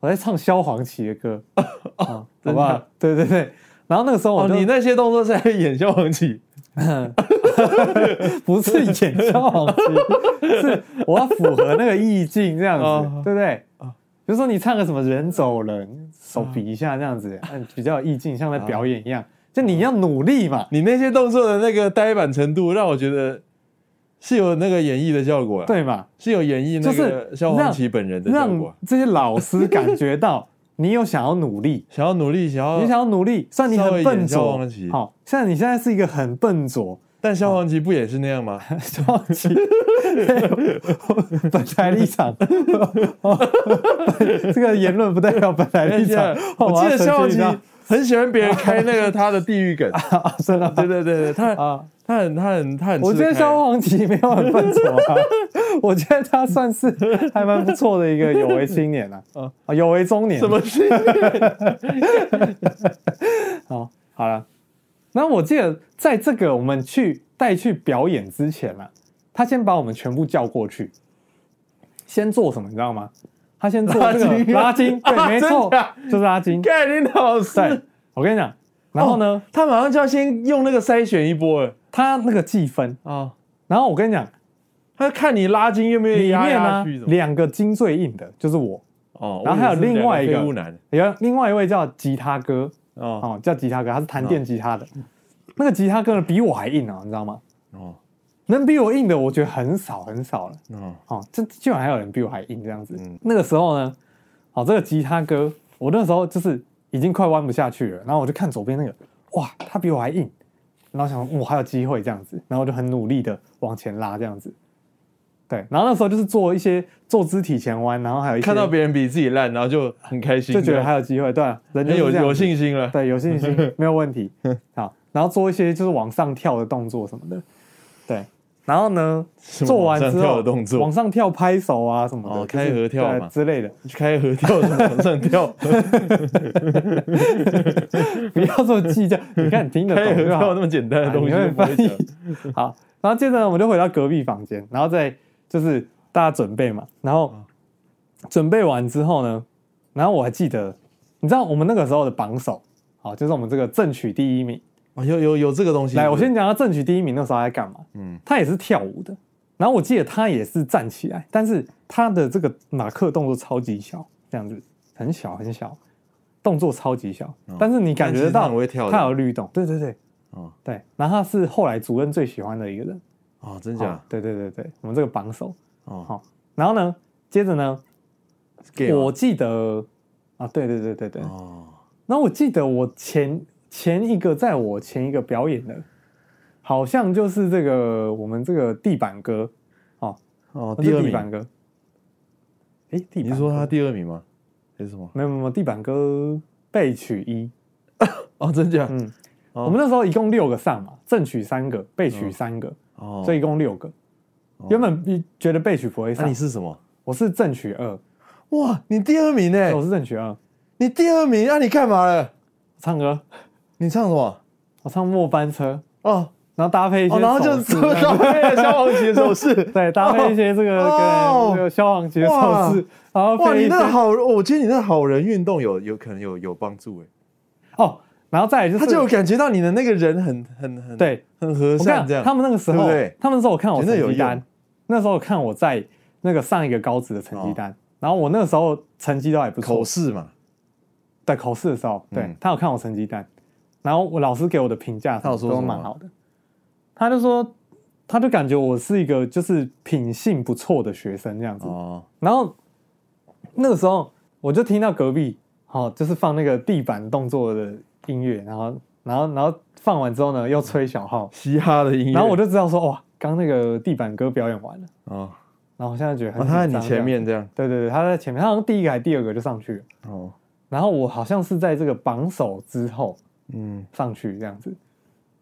[SPEAKER 4] 我在唱萧煌奇的 歌，啊好
[SPEAKER 1] 哦真的
[SPEAKER 4] 吧？对对对。然后那个时候我
[SPEAKER 1] 哦，
[SPEAKER 4] 就
[SPEAKER 1] 你那些动作是在演萧煌奇，
[SPEAKER 4] 不是演萧煌奇，是我要符合那个意境这样
[SPEAKER 1] 哦
[SPEAKER 4] 子，对不对？比如说你唱个什么人走人，手比一下这样
[SPEAKER 1] 哦
[SPEAKER 4] 子，嗯，比较有意境，像在表演一样。就你要努力嘛，
[SPEAKER 1] 你那些动作的那个呆板程度，让我觉得是有那个演绎的效果、啊，，
[SPEAKER 4] 对嘛？
[SPEAKER 1] 是有演绎那
[SPEAKER 4] 就是
[SPEAKER 1] 个萧煌奇本人的效果
[SPEAKER 4] 让
[SPEAKER 1] 啊。
[SPEAKER 4] 这些老师感觉到你有想要努力，
[SPEAKER 1] 想要努力，想要
[SPEAKER 4] 你想要努力，虽然你
[SPEAKER 1] 稍微演
[SPEAKER 4] 很笨
[SPEAKER 1] 哦萧
[SPEAKER 4] 拙
[SPEAKER 1] 煌奇，
[SPEAKER 4] 好，像你现在是一个很笨拙，
[SPEAKER 1] 但萧煌奇不也是那样吗？
[SPEAKER 4] 萧煌奇，本台立场， 这个言论不代表本台立场。
[SPEAKER 1] 我记得萧煌奇
[SPEAKER 4] 啊
[SPEAKER 1] 很喜欢别人开那个他的地狱 梗，，
[SPEAKER 4] 真的
[SPEAKER 1] 对对对对，他
[SPEAKER 4] 啊，
[SPEAKER 1] 他很他很他很吃得开，
[SPEAKER 4] 我觉得萧煌奇没有很笨拙 啊，我觉得他算是还蛮不错的一个有为青年啊，啊，有为中年。
[SPEAKER 1] 什么 是
[SPEAKER 4] 哦，好了。然后我记得在这个我们去带去表演之前啊，他先把我们全部叫过去，先做什么你知道吗？他先做这
[SPEAKER 1] 拉
[SPEAKER 4] 个
[SPEAKER 1] 筋
[SPEAKER 4] 拉筋， 对，没错
[SPEAKER 1] 真假，。
[SPEAKER 4] 就是拉筋
[SPEAKER 1] 盖林老师？
[SPEAKER 4] 对，我跟你讲，然后呢，
[SPEAKER 1] 哦？他马上就要先用那个筛选一波了
[SPEAKER 4] 他那个计分，
[SPEAKER 1] 啊！
[SPEAKER 4] 然后我跟你讲，
[SPEAKER 1] 他看你拉筋愿不愿意
[SPEAKER 4] 里
[SPEAKER 1] 压
[SPEAKER 4] 面
[SPEAKER 1] 下
[SPEAKER 4] 呢
[SPEAKER 1] 去？怎么
[SPEAKER 4] 两个筋最硬的就是我，
[SPEAKER 1] 哦
[SPEAKER 4] 然后还有
[SPEAKER 1] 我以为是
[SPEAKER 4] 另外一个
[SPEAKER 1] 两废物男
[SPEAKER 4] 有另外一位叫吉他哥，
[SPEAKER 1] 哦
[SPEAKER 4] 哦，叫吉他哥，他是弹电吉他的，那个吉他哥呢比我还硬啊，你知道吗？
[SPEAKER 1] 哦
[SPEAKER 4] 能比我硬的，我觉得很少很少了。
[SPEAKER 1] 哦
[SPEAKER 4] 哦，这居然还有人比我还硬这样子。
[SPEAKER 1] 嗯
[SPEAKER 4] 那个时候呢，哦，这个吉他哥，我那时候就是已经快弯不下去了，然后我就看左边那个，哇，他比我还硬，然后想说我还有机会这样子，然后我就很努力的往前拉这样子。对，然后那时候就是做一些做肢体前弯，然后还有一些
[SPEAKER 1] 看到别人比自己烂，然后就很开心，
[SPEAKER 4] 就觉得还有机会，对、啊，人就是
[SPEAKER 1] 很有
[SPEAKER 4] 这样子
[SPEAKER 1] 有信心了。
[SPEAKER 4] 对，有信心，没有 问题。好，然后做一些就是往上跳的动作什么的，对。然后呢，
[SPEAKER 1] 么
[SPEAKER 4] 做完
[SPEAKER 1] 往
[SPEAKER 4] 之
[SPEAKER 1] 上跳
[SPEAKER 4] 后
[SPEAKER 1] 的动作
[SPEAKER 4] 往上跳、拍手啊什么的，
[SPEAKER 1] 哦
[SPEAKER 4] 就是
[SPEAKER 1] 开合跳
[SPEAKER 4] 对
[SPEAKER 1] 嘛
[SPEAKER 4] 之类的，
[SPEAKER 1] 去开合跳，往上跳，
[SPEAKER 4] 不要这么计较。你看，你听得
[SPEAKER 1] 开
[SPEAKER 4] 懂
[SPEAKER 1] 合
[SPEAKER 4] 就
[SPEAKER 1] 跳那
[SPEAKER 4] 好。
[SPEAKER 1] 么简单的
[SPEAKER 4] 啊
[SPEAKER 1] 东
[SPEAKER 4] 你
[SPEAKER 1] 西
[SPEAKER 4] 会
[SPEAKER 1] 都不会
[SPEAKER 4] 翻
[SPEAKER 1] 讲，
[SPEAKER 4] 译。好，然后接着呢，我们就回到隔壁房间，然后再就是大家准备嘛，然后准备完之后呢，然后我还记得，你知道我们那个时候的榜首，好，就是我们这个争取第一名。
[SPEAKER 1] 哦有有有这个东西。
[SPEAKER 4] 来，我先讲他争取第一名那时候他在干嘛？
[SPEAKER 1] 嗯
[SPEAKER 4] 嗯，他也是跳舞的，然后我记得他也是站起来，但是他的这个马克动作超级小，这样子很小很小，动作超级小，但是你感觉得
[SPEAKER 1] 哦但其实他
[SPEAKER 4] 到
[SPEAKER 1] 很会跳的
[SPEAKER 4] 他有律动，对对对，
[SPEAKER 1] 哦
[SPEAKER 4] 对，然后他是后来主任最喜欢的一个人，
[SPEAKER 1] 哦，真
[SPEAKER 4] 哦
[SPEAKER 1] 假
[SPEAKER 4] 对对对对，我们这个榜首，
[SPEAKER 1] 哦，
[SPEAKER 4] 好、然后呢，接着呢，
[SPEAKER 1] gay 吗
[SPEAKER 4] 我记得啊，对对对对对，
[SPEAKER 1] 哦
[SPEAKER 4] 然后我记得我前前一个在我前一个表演的，好像就是这个我们这个地板哥哦，
[SPEAKER 1] 哦
[SPEAKER 4] 那
[SPEAKER 1] 第
[SPEAKER 4] 是
[SPEAKER 1] 二
[SPEAKER 4] 地板
[SPEAKER 1] 名，
[SPEAKER 4] 哥，哎，地板
[SPEAKER 1] 你
[SPEAKER 4] 哥
[SPEAKER 1] 是说他第二名吗？还是什么？
[SPEAKER 4] 没有没有没有地板哥被取一，
[SPEAKER 1] 哦，真假？
[SPEAKER 4] 嗯，
[SPEAKER 1] 哦
[SPEAKER 4] 我们那时候一共六个上嘛，正取三个，被取三个，
[SPEAKER 1] 哦，
[SPEAKER 4] 所以一共六个。原本觉得被取不会
[SPEAKER 1] 那
[SPEAKER 4] 上，
[SPEAKER 1] 你是哎什么？
[SPEAKER 4] 我是正取二，
[SPEAKER 1] 哇，你第二名呢
[SPEAKER 4] 我？是正取二，
[SPEAKER 1] 你第二名，啊那、你干嘛了？
[SPEAKER 4] 唱歌，
[SPEAKER 1] 你唱什么？
[SPEAKER 4] 我唱末班车，
[SPEAKER 1] 哦
[SPEAKER 4] 然后搭配一些
[SPEAKER 1] 哦，
[SPEAKER 4] 手势这
[SPEAKER 1] 然后就这么 搭
[SPEAKER 4] 样子，。
[SPEAKER 1] 配了消防旗手势
[SPEAKER 4] 对，搭配一些这个
[SPEAKER 1] 哦
[SPEAKER 4] 跟这个消防旗的手势，然后
[SPEAKER 1] 哇，
[SPEAKER 4] 配
[SPEAKER 1] 你
[SPEAKER 4] 一
[SPEAKER 1] 那
[SPEAKER 4] 些
[SPEAKER 1] 好，哦我觉得你那好人运动有有可能有有帮助哎，
[SPEAKER 4] 哦，然后再来就是
[SPEAKER 1] 他就有感觉到你的那个人很很很
[SPEAKER 4] 对，
[SPEAKER 1] 很和
[SPEAKER 4] 我看
[SPEAKER 1] 善这样。
[SPEAKER 4] 他们那个时候
[SPEAKER 1] 对不对，
[SPEAKER 4] 他们那时候我看我
[SPEAKER 1] 真的
[SPEAKER 4] 成
[SPEAKER 1] 有
[SPEAKER 4] 绩单
[SPEAKER 1] 用，
[SPEAKER 4] 那时候我看我在那个上一个高职的成绩单，然后我那时候成绩都还不错
[SPEAKER 1] 哦口，试嘛，
[SPEAKER 4] 对，考试的时候，对
[SPEAKER 1] 嗯
[SPEAKER 4] 他有看我成绩单，然后我老师给我的评价什
[SPEAKER 1] 他有
[SPEAKER 4] 么
[SPEAKER 1] 说
[SPEAKER 4] 都
[SPEAKER 1] 什么
[SPEAKER 4] 蛮
[SPEAKER 1] 吗
[SPEAKER 4] 好的，他就说。他就感觉我是一个就是品性不错的学生这样子，
[SPEAKER 1] 哦，
[SPEAKER 4] 然后那个时候我就听到隔壁，哦，就是放那个地板动作的音乐，然后然后然后放完之后呢，又吹小号，
[SPEAKER 1] 嘻哈的音乐。
[SPEAKER 4] 然后我就知道说，哇，刚那个地板哥表演完了，
[SPEAKER 1] 哦，
[SPEAKER 4] 然后我现在觉得很、
[SPEAKER 1] 哦他在你前，面这样。
[SPEAKER 4] 对对对，他在前面，他好像第一个还第二个就上去了，
[SPEAKER 1] 哦，
[SPEAKER 4] 然后我好像是在这个榜首之后
[SPEAKER 1] 嗯
[SPEAKER 4] 上去这样子，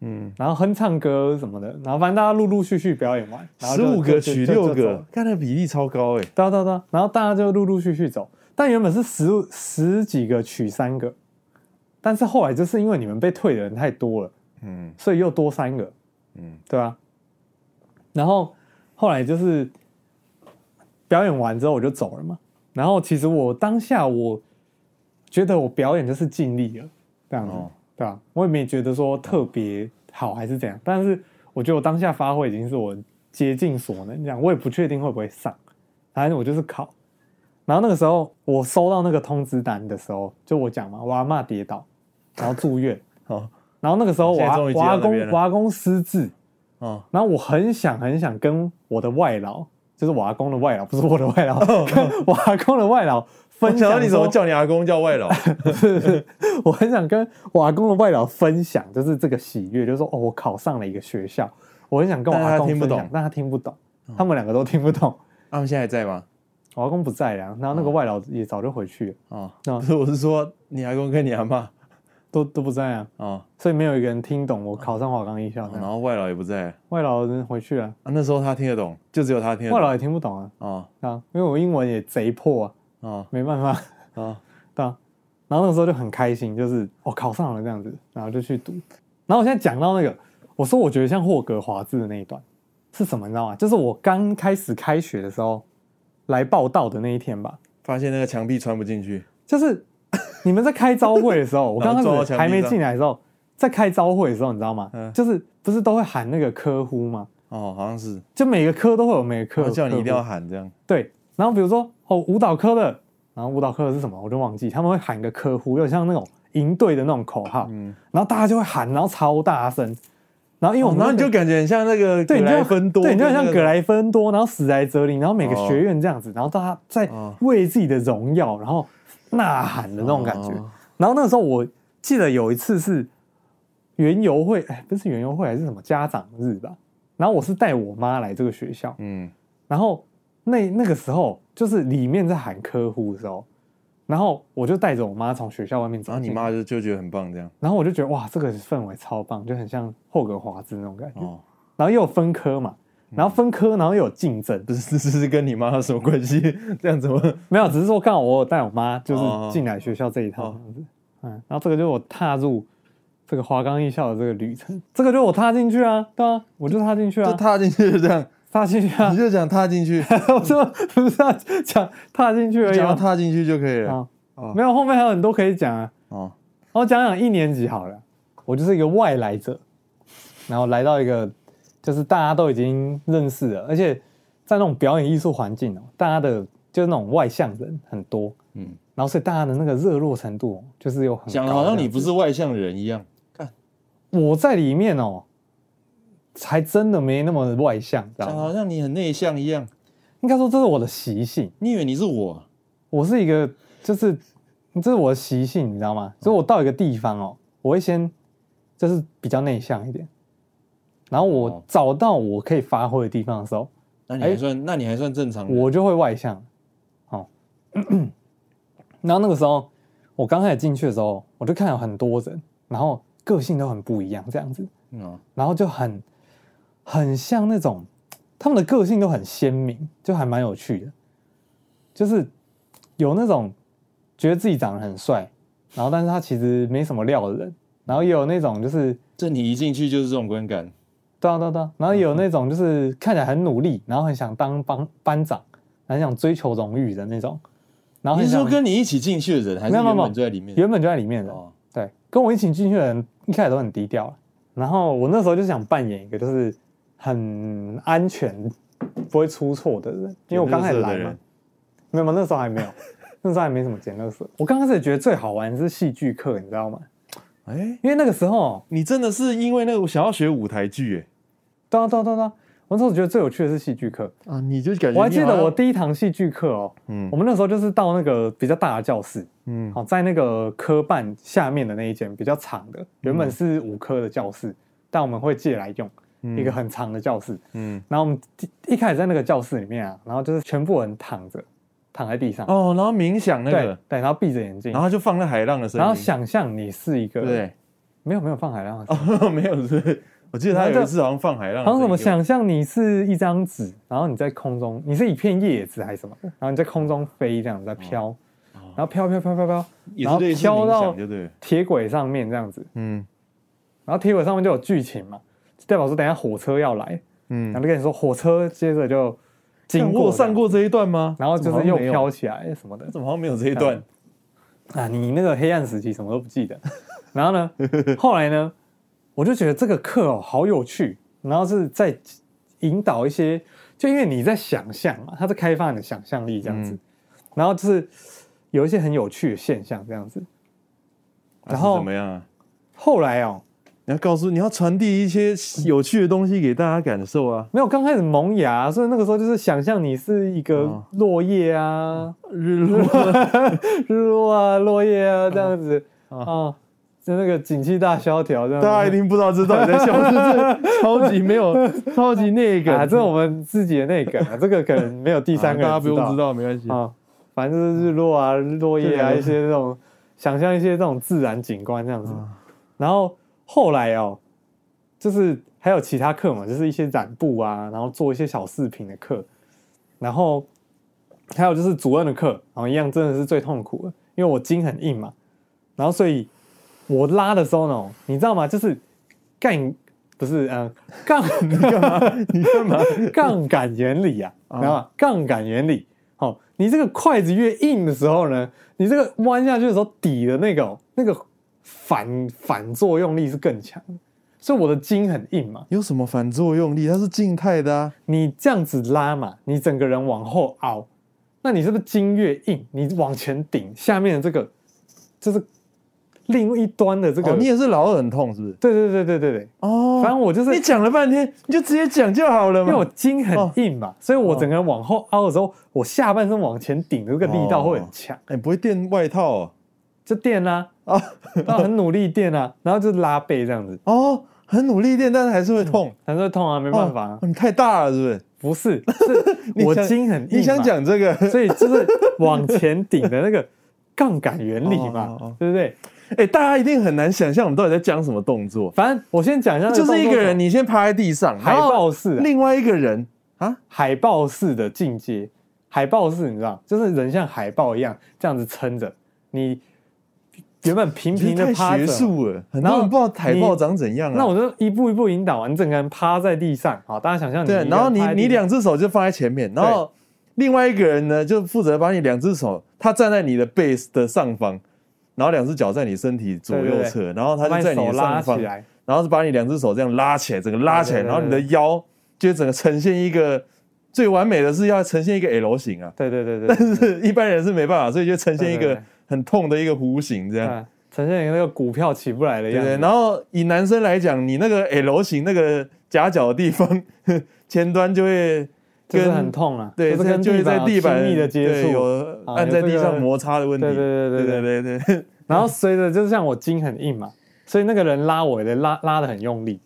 [SPEAKER 1] 嗯，
[SPEAKER 4] 然后哼唱歌什么的，然后反正大家陆陆续续表演完，然后
[SPEAKER 1] 十
[SPEAKER 4] 就
[SPEAKER 1] 五个
[SPEAKER 4] 就就
[SPEAKER 1] 取
[SPEAKER 4] 就
[SPEAKER 1] 六
[SPEAKER 4] 就走了
[SPEAKER 1] 个，看那比例超高哎。
[SPEAKER 4] 对啊对啊对啊，然后大家就陆陆续续走，但原本是十十几个取三个，但是后来就是因为你们被退的人太多了，
[SPEAKER 5] 嗯
[SPEAKER 4] 所以又多三个，
[SPEAKER 5] 嗯
[SPEAKER 4] 对啊。然后后来就是表演完之后我就走了嘛。然后其实我当下我觉得我表演就是尽力了，这样子，
[SPEAKER 5] 哦
[SPEAKER 4] 对啊，我也没觉得说特别好还是怎样，但是我觉得我当下发挥已经是我竭尽所能，这样我也不确定会不会上，反正我就是考。然后那个时候我收到那个通知单的时候，就我讲嘛，我阿嬷跌倒，然后住院，
[SPEAKER 5] 哦
[SPEAKER 4] 然后那个时候我
[SPEAKER 5] 现在
[SPEAKER 4] 阿
[SPEAKER 5] 终
[SPEAKER 4] 我
[SPEAKER 5] 于接到
[SPEAKER 4] 阿
[SPEAKER 5] 那边
[SPEAKER 4] 公
[SPEAKER 5] 了
[SPEAKER 4] 我阿公失智，
[SPEAKER 5] 哦
[SPEAKER 4] 然后我很想很想跟我的外劳，就是我阿公的外劳，不是我的外劳，跟我阿公的外劳分
[SPEAKER 5] 哦我想
[SPEAKER 4] 享
[SPEAKER 5] 到
[SPEAKER 4] 说。
[SPEAKER 5] 你怎么叫你阿公叫外 老？
[SPEAKER 4] 我很想跟我阿公的外老分享，就是这个喜悦，就是说哦，我考上了一个学校，我很想跟我阿公
[SPEAKER 5] 但他听不
[SPEAKER 4] 分享
[SPEAKER 5] 懂，哦
[SPEAKER 4] 但他听不懂，他们两个都听不懂。
[SPEAKER 5] 他们现在还在吗？
[SPEAKER 4] 我阿公不在了，啊然后那个外老也早就回去了，
[SPEAKER 5] 哦，
[SPEAKER 4] 啊
[SPEAKER 5] 不是，我是说你阿公跟你阿妈
[SPEAKER 4] 都都不在啊，
[SPEAKER 5] 哦，
[SPEAKER 4] 所以没有一个人听懂我考上华冈艺校这
[SPEAKER 5] 然
[SPEAKER 4] 样。
[SPEAKER 5] 后外老也不在啊。
[SPEAKER 4] 外老人回去了，
[SPEAKER 5] 那时候他听得懂，就只有他听得
[SPEAKER 4] 外老
[SPEAKER 5] 懂。
[SPEAKER 4] 也听不懂啊
[SPEAKER 5] 哦
[SPEAKER 4] 啊，因为我英文也贼破啊，
[SPEAKER 5] 哦
[SPEAKER 4] 没办法。
[SPEAKER 5] 哦，
[SPEAKER 4] 对啊，然后那个时候就很开心，就是我、哦、考上了这样子，然后就去读。然后我现在讲到那个，我说我觉得像霍格华兹的那一段是什么，你知道吗？就是我刚开始开学的时候来报道的那一天吧，
[SPEAKER 5] 发现那个墙壁穿不进去，
[SPEAKER 4] 就是 你们在开招会的时候，我刚
[SPEAKER 5] 然后撞到
[SPEAKER 4] 开
[SPEAKER 5] 墙
[SPEAKER 4] 始
[SPEAKER 5] 壁
[SPEAKER 4] 还没进来的时候，在开招会的时候，你知道吗？
[SPEAKER 5] 嗯
[SPEAKER 4] 就是不是都会喊那个科呼吗？
[SPEAKER 5] 哦，好像 是，
[SPEAKER 4] 就每个科都会有每个科
[SPEAKER 5] 然
[SPEAKER 4] 的
[SPEAKER 5] 哦后叫你一
[SPEAKER 4] 科
[SPEAKER 5] 定
[SPEAKER 4] 呼
[SPEAKER 5] 要喊这样。
[SPEAKER 4] 对，然后比如说哦，舞蹈科的，然后舞蹈科的是什么，我就忘记，他们会喊个科呼，有点像那种营队的那种口号，
[SPEAKER 5] 嗯
[SPEAKER 4] 然后大家就会喊，然后超大声，然后因为我
[SPEAKER 5] 哦，
[SPEAKER 4] 们
[SPEAKER 5] 然
[SPEAKER 4] 那
[SPEAKER 5] 后你
[SPEAKER 4] 个、
[SPEAKER 5] 就感觉很像那个
[SPEAKER 4] 对，你就
[SPEAKER 5] 格莱
[SPEAKER 4] 像
[SPEAKER 5] 芬多，
[SPEAKER 4] 对，你就像
[SPEAKER 5] 那个
[SPEAKER 4] 格莱芬多，然后死在哲林，然后每个
[SPEAKER 5] 哦
[SPEAKER 4] 学院这样子，然后大家在
[SPEAKER 5] 哦
[SPEAKER 4] 为自己的荣耀，然后呐喊的那种感觉。
[SPEAKER 5] 哦
[SPEAKER 4] 然后那个时候我记得有一次是园游会，哎，不是园游会，还是什么家长日吧。然后我是带我妈来这个学校，
[SPEAKER 5] 嗯，
[SPEAKER 4] 然后那那个时候就是里面在喊客户的时候，然后我就带着我妈从学校外面走
[SPEAKER 5] 然后
[SPEAKER 4] 进，
[SPEAKER 5] 你妈就就觉得很棒这样。
[SPEAKER 4] 然后我就觉得哇，这个氛围超棒，就很像霍格华兹那种感觉。
[SPEAKER 5] 哦，
[SPEAKER 4] 然后又有分科嘛，然后分科，然后又有竞争，
[SPEAKER 5] 不 是，这是跟你妈有什么关系？这样怎么？
[SPEAKER 4] 没有，只是说刚好我有带我妈就是
[SPEAKER 5] 哦
[SPEAKER 4] 进来学校这一趟
[SPEAKER 5] 哦
[SPEAKER 4] 这样子，嗯，然后这个就是我踏入。这个华冈艺校的这个旅程，这个就是我踏进去啊，对啊，我就踏进去
[SPEAKER 5] 就
[SPEAKER 4] 啊，
[SPEAKER 5] 踏进去就这 样，
[SPEAKER 4] 踏进去啊
[SPEAKER 5] 你，就讲踏 进去，
[SPEAKER 4] 我说不是啊，讲踏进去而
[SPEAKER 5] 只
[SPEAKER 4] 已
[SPEAKER 5] 要
[SPEAKER 4] 啊，
[SPEAKER 5] 踏进去就可以了。
[SPEAKER 4] 啊
[SPEAKER 5] 哦，
[SPEAKER 4] 没有，后面还有很多可以讲啊。
[SPEAKER 5] 哦，
[SPEAKER 4] 我讲讲一年级好了，我就是一个外来者，然后来到一个就是大家都已经认识了，而且在那种表演艺术环境哦，大家的就是那种外向人很多，
[SPEAKER 5] 嗯，
[SPEAKER 4] 然后所以大家的那个热络程度哦就是有很
[SPEAKER 5] 讲的
[SPEAKER 4] 高
[SPEAKER 5] 好像
[SPEAKER 4] 这
[SPEAKER 5] 你
[SPEAKER 4] 样
[SPEAKER 5] 不是外向人一样。
[SPEAKER 4] 我在里面哦，才真的没那么外向，知道
[SPEAKER 5] 讲得
[SPEAKER 4] 吗？
[SPEAKER 5] 啊好像你很内向一样，
[SPEAKER 4] 应该说这是我的习性，
[SPEAKER 5] 你以为你是我？
[SPEAKER 4] 我是一个就是这是我的习性，你知道
[SPEAKER 5] 嗯
[SPEAKER 4] 吗？所以我到一个地方哦，我会先就是比较内向一点，然后我
[SPEAKER 5] 哦
[SPEAKER 4] 找到我可以发挥的地方的时候，哎
[SPEAKER 5] 那你还算，那你还算正常人。
[SPEAKER 4] 我就会外向。哦， 然后那个时候我刚开始进去的时候，我就看到很多人，然后个性都很不一样，这样子，
[SPEAKER 5] 嗯哦
[SPEAKER 4] 然后就很很像那种他们的个性都很鲜明，就还蛮有趣的，就是有那种觉得自己长得很帅，然后但是他其实没什么料的人，然后也有那种就是
[SPEAKER 5] 这你一进去就是这种观感。
[SPEAKER 4] 对啊对啊对啊，然后也有那种就是看起来很努力，然后很想当班班长，很想追求荣誉的那种，然后啊
[SPEAKER 5] 你
[SPEAKER 4] 很
[SPEAKER 5] 是
[SPEAKER 4] 想
[SPEAKER 5] 说跟你一起进去的人，还是
[SPEAKER 4] 没有没有
[SPEAKER 5] 原
[SPEAKER 4] 没有
[SPEAKER 5] 本就在里面？
[SPEAKER 4] 原本就在里面的人，
[SPEAKER 5] 哦
[SPEAKER 4] 对，跟我一起进去的人一开始都很低调啊，然后我那时候就想扮演一个就是很安全、不会出错的人，因为我刚开始来
[SPEAKER 5] 有乐色的
[SPEAKER 4] 嘛
[SPEAKER 5] 人，
[SPEAKER 4] 没有嘛，那时候还没有，那时候还没什么捡垃圾。我刚开始觉得最好玩的是戏剧课，你知道吗？
[SPEAKER 5] 哎，
[SPEAKER 4] 因为那个时候，
[SPEAKER 5] 你真的是因为那个想要学舞台剧
[SPEAKER 4] 对啊对啊对啊对啊，我那时候觉得最有趣的是戏剧课。
[SPEAKER 5] 哎啊，你就感
[SPEAKER 4] 我还记得我第一堂戏剧课哦，
[SPEAKER 5] 嗯
[SPEAKER 4] 我们那时候就是到那个比较大的教室，
[SPEAKER 5] 嗯
[SPEAKER 4] 好，哦在那个科办下面的那一间比较长的，原
[SPEAKER 5] 嗯
[SPEAKER 4] 本是五科的教室，但我们会借来用一个很长的教室。
[SPEAKER 5] 嗯
[SPEAKER 4] 然后我们一一开始在那个教室里面啊，然后就是全部人躺着，躺在地上，
[SPEAKER 5] 哦，然后冥想那
[SPEAKER 4] 对
[SPEAKER 5] 个，
[SPEAKER 4] 对，然后闭着眼睛
[SPEAKER 5] 然，后就放那海浪的声音，
[SPEAKER 4] 然后想象你是一个
[SPEAKER 5] 对不对？
[SPEAKER 4] 没有没有放海浪的声音，
[SPEAKER 5] 哦，没有是，我记得他有一次好像放海浪的声音，
[SPEAKER 4] 好像什么想象你是一张
[SPEAKER 5] 哦
[SPEAKER 4] 纸，然后你在空中，你是一片叶子还是什么，然后你在空中飞，这样在飘，然然后飘飘飘飘飘，
[SPEAKER 1] 也
[SPEAKER 4] 然
[SPEAKER 1] 是
[SPEAKER 4] 后
[SPEAKER 1] 类似
[SPEAKER 4] 飘
[SPEAKER 1] 冥
[SPEAKER 4] 到
[SPEAKER 1] 想，就对了，
[SPEAKER 4] 铁轨上面这样子，
[SPEAKER 1] 嗯
[SPEAKER 4] 然后铁轨上面就有剧情嘛，就代表说等一下火车要来，然后
[SPEAKER 1] 嗯。
[SPEAKER 4] 就跟你说火车接着就经
[SPEAKER 1] 看我
[SPEAKER 4] 过
[SPEAKER 1] 有上，过这一段吗？
[SPEAKER 4] 然后
[SPEAKER 1] 怎
[SPEAKER 4] 就
[SPEAKER 1] 么好
[SPEAKER 4] 是
[SPEAKER 1] 像
[SPEAKER 4] 又
[SPEAKER 1] 没有
[SPEAKER 4] 飘，起来什么的
[SPEAKER 1] 怎么好像没有这一段？
[SPEAKER 4] 啊，你那个黑暗时期什么都不记得， 然后呢，后来呢，我就觉得这个课哦好有趣，然后是在引导一些，就因为你在想象嘛，它在开发你的想象力这样子，
[SPEAKER 1] 嗯
[SPEAKER 4] 然后就是有一些很有趣的现象这样子，
[SPEAKER 1] 啊
[SPEAKER 4] 然
[SPEAKER 1] 是
[SPEAKER 4] 后
[SPEAKER 1] 怎么样啊？
[SPEAKER 4] 后来哦。
[SPEAKER 1] 你要告诉你要传递一些有趣的东西给大家感受啊！
[SPEAKER 4] 没有，刚开始萌芽，所以那个时候就是想象你是一个
[SPEAKER 1] 哦
[SPEAKER 4] 落叶啊，
[SPEAKER 1] 日落，
[SPEAKER 4] 日落啊，落叶啊，这样子
[SPEAKER 1] 啊
[SPEAKER 4] 啊，就那个景气大萧条这样子。
[SPEAKER 1] 大家一定不知道这到底在笑什么，这超级没有， 超级那个
[SPEAKER 4] 啊，这我们自己的那个，这个可能没有第三个
[SPEAKER 1] 大家
[SPEAKER 4] 人
[SPEAKER 1] 不用知
[SPEAKER 4] 道
[SPEAKER 1] 道，没关系。嗯
[SPEAKER 4] 啊，反正就是日落啊、落叶啊，
[SPEAKER 1] 对
[SPEAKER 4] 一些这种想象一些这种自然景观这样子。然
[SPEAKER 1] 嗯
[SPEAKER 4] 后后来哦，就是还有其他课嘛，就是一些染布啊，然后做一些小饰品的课，然后还有就是主任的课，然后一样真的是最痛苦的，因为我筋很硬嘛，然后所以我拉的时候呢，你知道吗？就是干不是嗯杠 干嘛？你干嘛？杠杆原理啊，然后
[SPEAKER 1] 嗯
[SPEAKER 4] 杠杆原理。好、你这个筷子越硬的时候呢，你这个弯下去的时候，底的那个哦那个反反作用力是更强的，所以我的筋很硬嘛。
[SPEAKER 1] 有什么反作用力？它是静态的啊，
[SPEAKER 4] 你这样子拉嘛，你整个人往后凹，那你是不是筋越硬，你往前顶，下面的这个就是另一端的这个，
[SPEAKER 1] 哦，你也是老二很痛是不是？
[SPEAKER 4] 对对对对对对，
[SPEAKER 1] 哦，
[SPEAKER 4] 反正我就是
[SPEAKER 1] 你讲了半天，你就直接讲就好了
[SPEAKER 4] 因为我
[SPEAKER 1] 嘛。
[SPEAKER 4] 筋很
[SPEAKER 1] 哦
[SPEAKER 4] 硬嘛，所以我整个人往后凹的时候，我下半身往前顶的这个力道会很强，
[SPEAKER 1] 哎，不会垫外套哦
[SPEAKER 4] 就垫啊啊，然后很努力垫啊，然后就拉背这样子，
[SPEAKER 1] 哦，很努力垫，但是还是会痛。
[SPEAKER 4] 但是痛啊，没
[SPEAKER 1] 没
[SPEAKER 4] 办法啊，
[SPEAKER 1] 哦你太大了是不是？
[SPEAKER 4] 不是，是
[SPEAKER 1] 你
[SPEAKER 4] 我
[SPEAKER 1] 想
[SPEAKER 4] 筋很硬，
[SPEAKER 1] 你想，讲这个？
[SPEAKER 4] 所以就是往前顶 的那个杠杆原理
[SPEAKER 1] 哦哦
[SPEAKER 4] 嘛
[SPEAKER 1] 哦，
[SPEAKER 4] 对不对？
[SPEAKER 1] 哎，大家一定很难想象我们到底在讲什么动 作。
[SPEAKER 4] 反正我先讲一下那
[SPEAKER 1] 就
[SPEAKER 4] 动作手，
[SPEAKER 1] 是一个人，你先趴在地上，
[SPEAKER 4] 海
[SPEAKER 1] 然后
[SPEAKER 4] 报式啊，
[SPEAKER 1] 另外一个人啊，
[SPEAKER 4] 海报式的进阶，海报式你知道，就是人像海报一样这样子撑着，你原本平
[SPEAKER 1] 你
[SPEAKER 4] 平的
[SPEAKER 1] 太
[SPEAKER 4] 趴
[SPEAKER 1] 学
[SPEAKER 4] 着嘛。
[SPEAKER 1] 术了，很多
[SPEAKER 4] 然后
[SPEAKER 1] 人不知道海报
[SPEAKER 4] 你
[SPEAKER 1] 长怎样啊。
[SPEAKER 4] 那我就一步一步引导啊，你整个人趴在地上，好，大家想象你
[SPEAKER 1] 对，
[SPEAKER 4] 一个人
[SPEAKER 1] 然后你
[SPEAKER 4] 趴在
[SPEAKER 1] 你
[SPEAKER 4] 地上
[SPEAKER 1] 两只手就放在前面，然后另外一个人呢就负责把你两只手，他站在你的背的上方，然后两只脚在你身体左右侧，然后他
[SPEAKER 4] 把
[SPEAKER 1] 就在你
[SPEAKER 4] 手
[SPEAKER 1] 的
[SPEAKER 4] 拉
[SPEAKER 1] 上
[SPEAKER 4] 起
[SPEAKER 1] 方，
[SPEAKER 4] 来，
[SPEAKER 1] 然后是把你两只手这样拉起来，整个拉起来，
[SPEAKER 4] 对对对
[SPEAKER 1] 然后你的腰就整个呈现一个最完美的是要呈现一个 L 型啊，
[SPEAKER 4] 对对对对，
[SPEAKER 1] 但是一般人是没办法，所以就呈现一
[SPEAKER 4] 对对
[SPEAKER 1] 个
[SPEAKER 4] 对
[SPEAKER 1] 很痛的一个弧形这样。
[SPEAKER 4] 啊，呈现你那个股票起不来的
[SPEAKER 1] 对
[SPEAKER 4] 样
[SPEAKER 1] 对，
[SPEAKER 4] 子，
[SPEAKER 1] 然后以男生来讲，你那个 L 型那个夹角的地方， 前端就会
[SPEAKER 4] 就
[SPEAKER 1] 跟
[SPEAKER 4] 是很痛啊，
[SPEAKER 1] 对，
[SPEAKER 4] 就是
[SPEAKER 1] 这
[SPEAKER 4] 跟
[SPEAKER 1] 就会在
[SPEAKER 4] 有
[SPEAKER 1] 地板
[SPEAKER 4] 亲密的接
[SPEAKER 1] 对
[SPEAKER 4] 触，
[SPEAKER 1] 有
[SPEAKER 4] 啊
[SPEAKER 1] 按
[SPEAKER 4] 有
[SPEAKER 1] 在
[SPEAKER 4] 这
[SPEAKER 1] 地上
[SPEAKER 4] 个
[SPEAKER 1] 摩擦的问题。
[SPEAKER 4] 对对对对
[SPEAKER 1] 对对对对，
[SPEAKER 4] 然后随着就是像我筋很硬嘛，所以那个人拉我也拉拉的很 用力，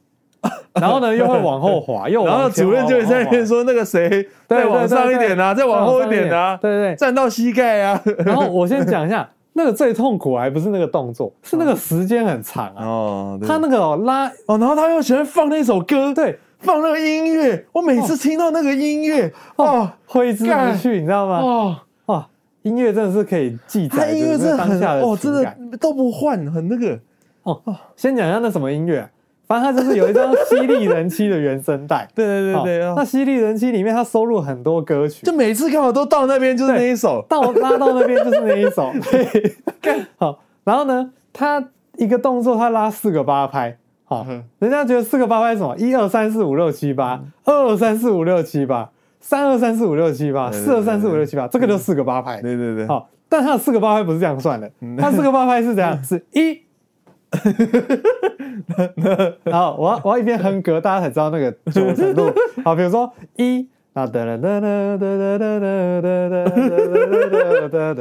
[SPEAKER 4] 然后呢又会往后滑，又
[SPEAKER 1] 然后
[SPEAKER 4] 往前
[SPEAKER 1] 主任就会在那边说：“那个谁，
[SPEAKER 4] 对
[SPEAKER 1] 再
[SPEAKER 4] 对
[SPEAKER 1] 往
[SPEAKER 4] 对
[SPEAKER 1] 上一
[SPEAKER 4] 对
[SPEAKER 1] 点啊，再
[SPEAKER 4] 往
[SPEAKER 1] 往
[SPEAKER 4] 上
[SPEAKER 1] 后一
[SPEAKER 4] 一
[SPEAKER 1] 点
[SPEAKER 4] 点
[SPEAKER 1] 啊，
[SPEAKER 4] 对对
[SPEAKER 1] 站到膝盖啊。
[SPEAKER 4] 往后滑，然后我先讲一下，那个最痛苦还不是那个动作，是那个时间很长” 啊，
[SPEAKER 1] 哦，对
[SPEAKER 4] 他那个哦拉
[SPEAKER 1] 哦，然后他又喜欢放那首歌，，
[SPEAKER 4] 对。
[SPEAKER 1] 放那个音乐，我每次听到那个音乐，
[SPEAKER 4] 哦
[SPEAKER 1] 哦，
[SPEAKER 4] 挥之不
[SPEAKER 1] 干
[SPEAKER 4] 去，你知道吗？
[SPEAKER 1] 哦，
[SPEAKER 4] 哇，音乐真的是可以记
[SPEAKER 1] 他
[SPEAKER 4] 载
[SPEAKER 1] 音乐
[SPEAKER 4] 着
[SPEAKER 1] 真
[SPEAKER 4] 那
[SPEAKER 1] 的
[SPEAKER 4] 当
[SPEAKER 1] 很
[SPEAKER 4] 下的
[SPEAKER 1] 哦，真
[SPEAKER 4] 情感。
[SPEAKER 1] 的都不换，很那个。
[SPEAKER 4] 哦，先讲一下那什么音乐啊、反正它就是有一张《犀利人妻》的原声带。
[SPEAKER 1] 对对对对，
[SPEAKER 4] 哦
[SPEAKER 1] 哦
[SPEAKER 4] 那《犀利人妻》里面它收录很多歌曲
[SPEAKER 1] 就，每次刚好都到那边就是那一首，
[SPEAKER 4] 到拉到那边就是那一 首。 好，然后呢，他一个动作他拉四个八拍，好
[SPEAKER 1] 嗯，
[SPEAKER 4] 人家觉得四个八拍是什么？一二三四五六七八，二二三四五六七八，三二三四五六七八，
[SPEAKER 1] 对对
[SPEAKER 4] 四二三四五六七八，这个就四个八拍。
[SPEAKER 1] 对对对，
[SPEAKER 4] 好、但他的四个八拍不是这样算的，他四个八拍是怎样？是一，然后我要我要一边哼歌，大家才知道那个九程度。好，比如说一，然后哒哒哒哒哒哒哒哒哒哒哒哒哒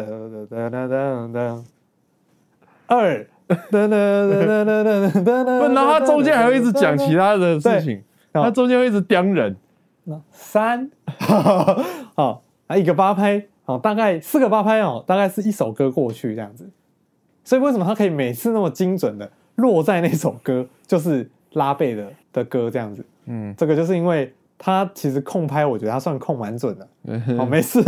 [SPEAKER 4] 哒哒哒哒，二，哒哒哒哒哒哒哒
[SPEAKER 1] 不
[SPEAKER 4] 哒，
[SPEAKER 1] 然后他中间还会一直讲其他的事情，
[SPEAKER 4] 对
[SPEAKER 1] 他中间会一直刁人，
[SPEAKER 4] 三， 好，啊，一个八拍，好，大概四个八拍哦，大概是一首歌过去这样子。所以为什么他可以每次那么精准的落在那首歌，就是拉贝的的歌这样子？
[SPEAKER 1] 嗯，
[SPEAKER 4] 这个就是因为他其实控拍，我觉得他算控蛮 准的。好，没事，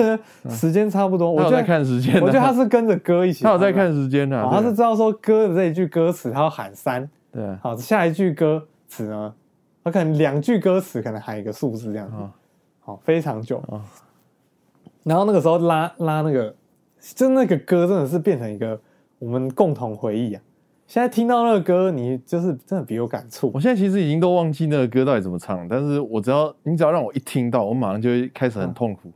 [SPEAKER 4] 时间差不多，我
[SPEAKER 5] 嗯他
[SPEAKER 4] 觉
[SPEAKER 5] 有
[SPEAKER 4] 得
[SPEAKER 5] 在看时间啊，
[SPEAKER 4] 我觉得他是跟着歌一起，
[SPEAKER 5] 他有在看，时间呢
[SPEAKER 4] 哦，，他是知道说歌的这一句歌词，他要喊三，
[SPEAKER 5] 对啊，
[SPEAKER 4] 好，下一句歌词呢，他可能两句歌词可能喊一个数字这样子
[SPEAKER 5] 哦，
[SPEAKER 4] 好，非常久
[SPEAKER 5] 哦。
[SPEAKER 4] 然后那个时候拉拉那个，就那个歌真的是变成一个我们共同回忆啊。现在听到那个歌，你就是真的别有感触
[SPEAKER 5] 我。现在其实已经都忘记那个歌到底怎么唱，但是我只要你只要让我一听到，我马上就会开始很痛苦。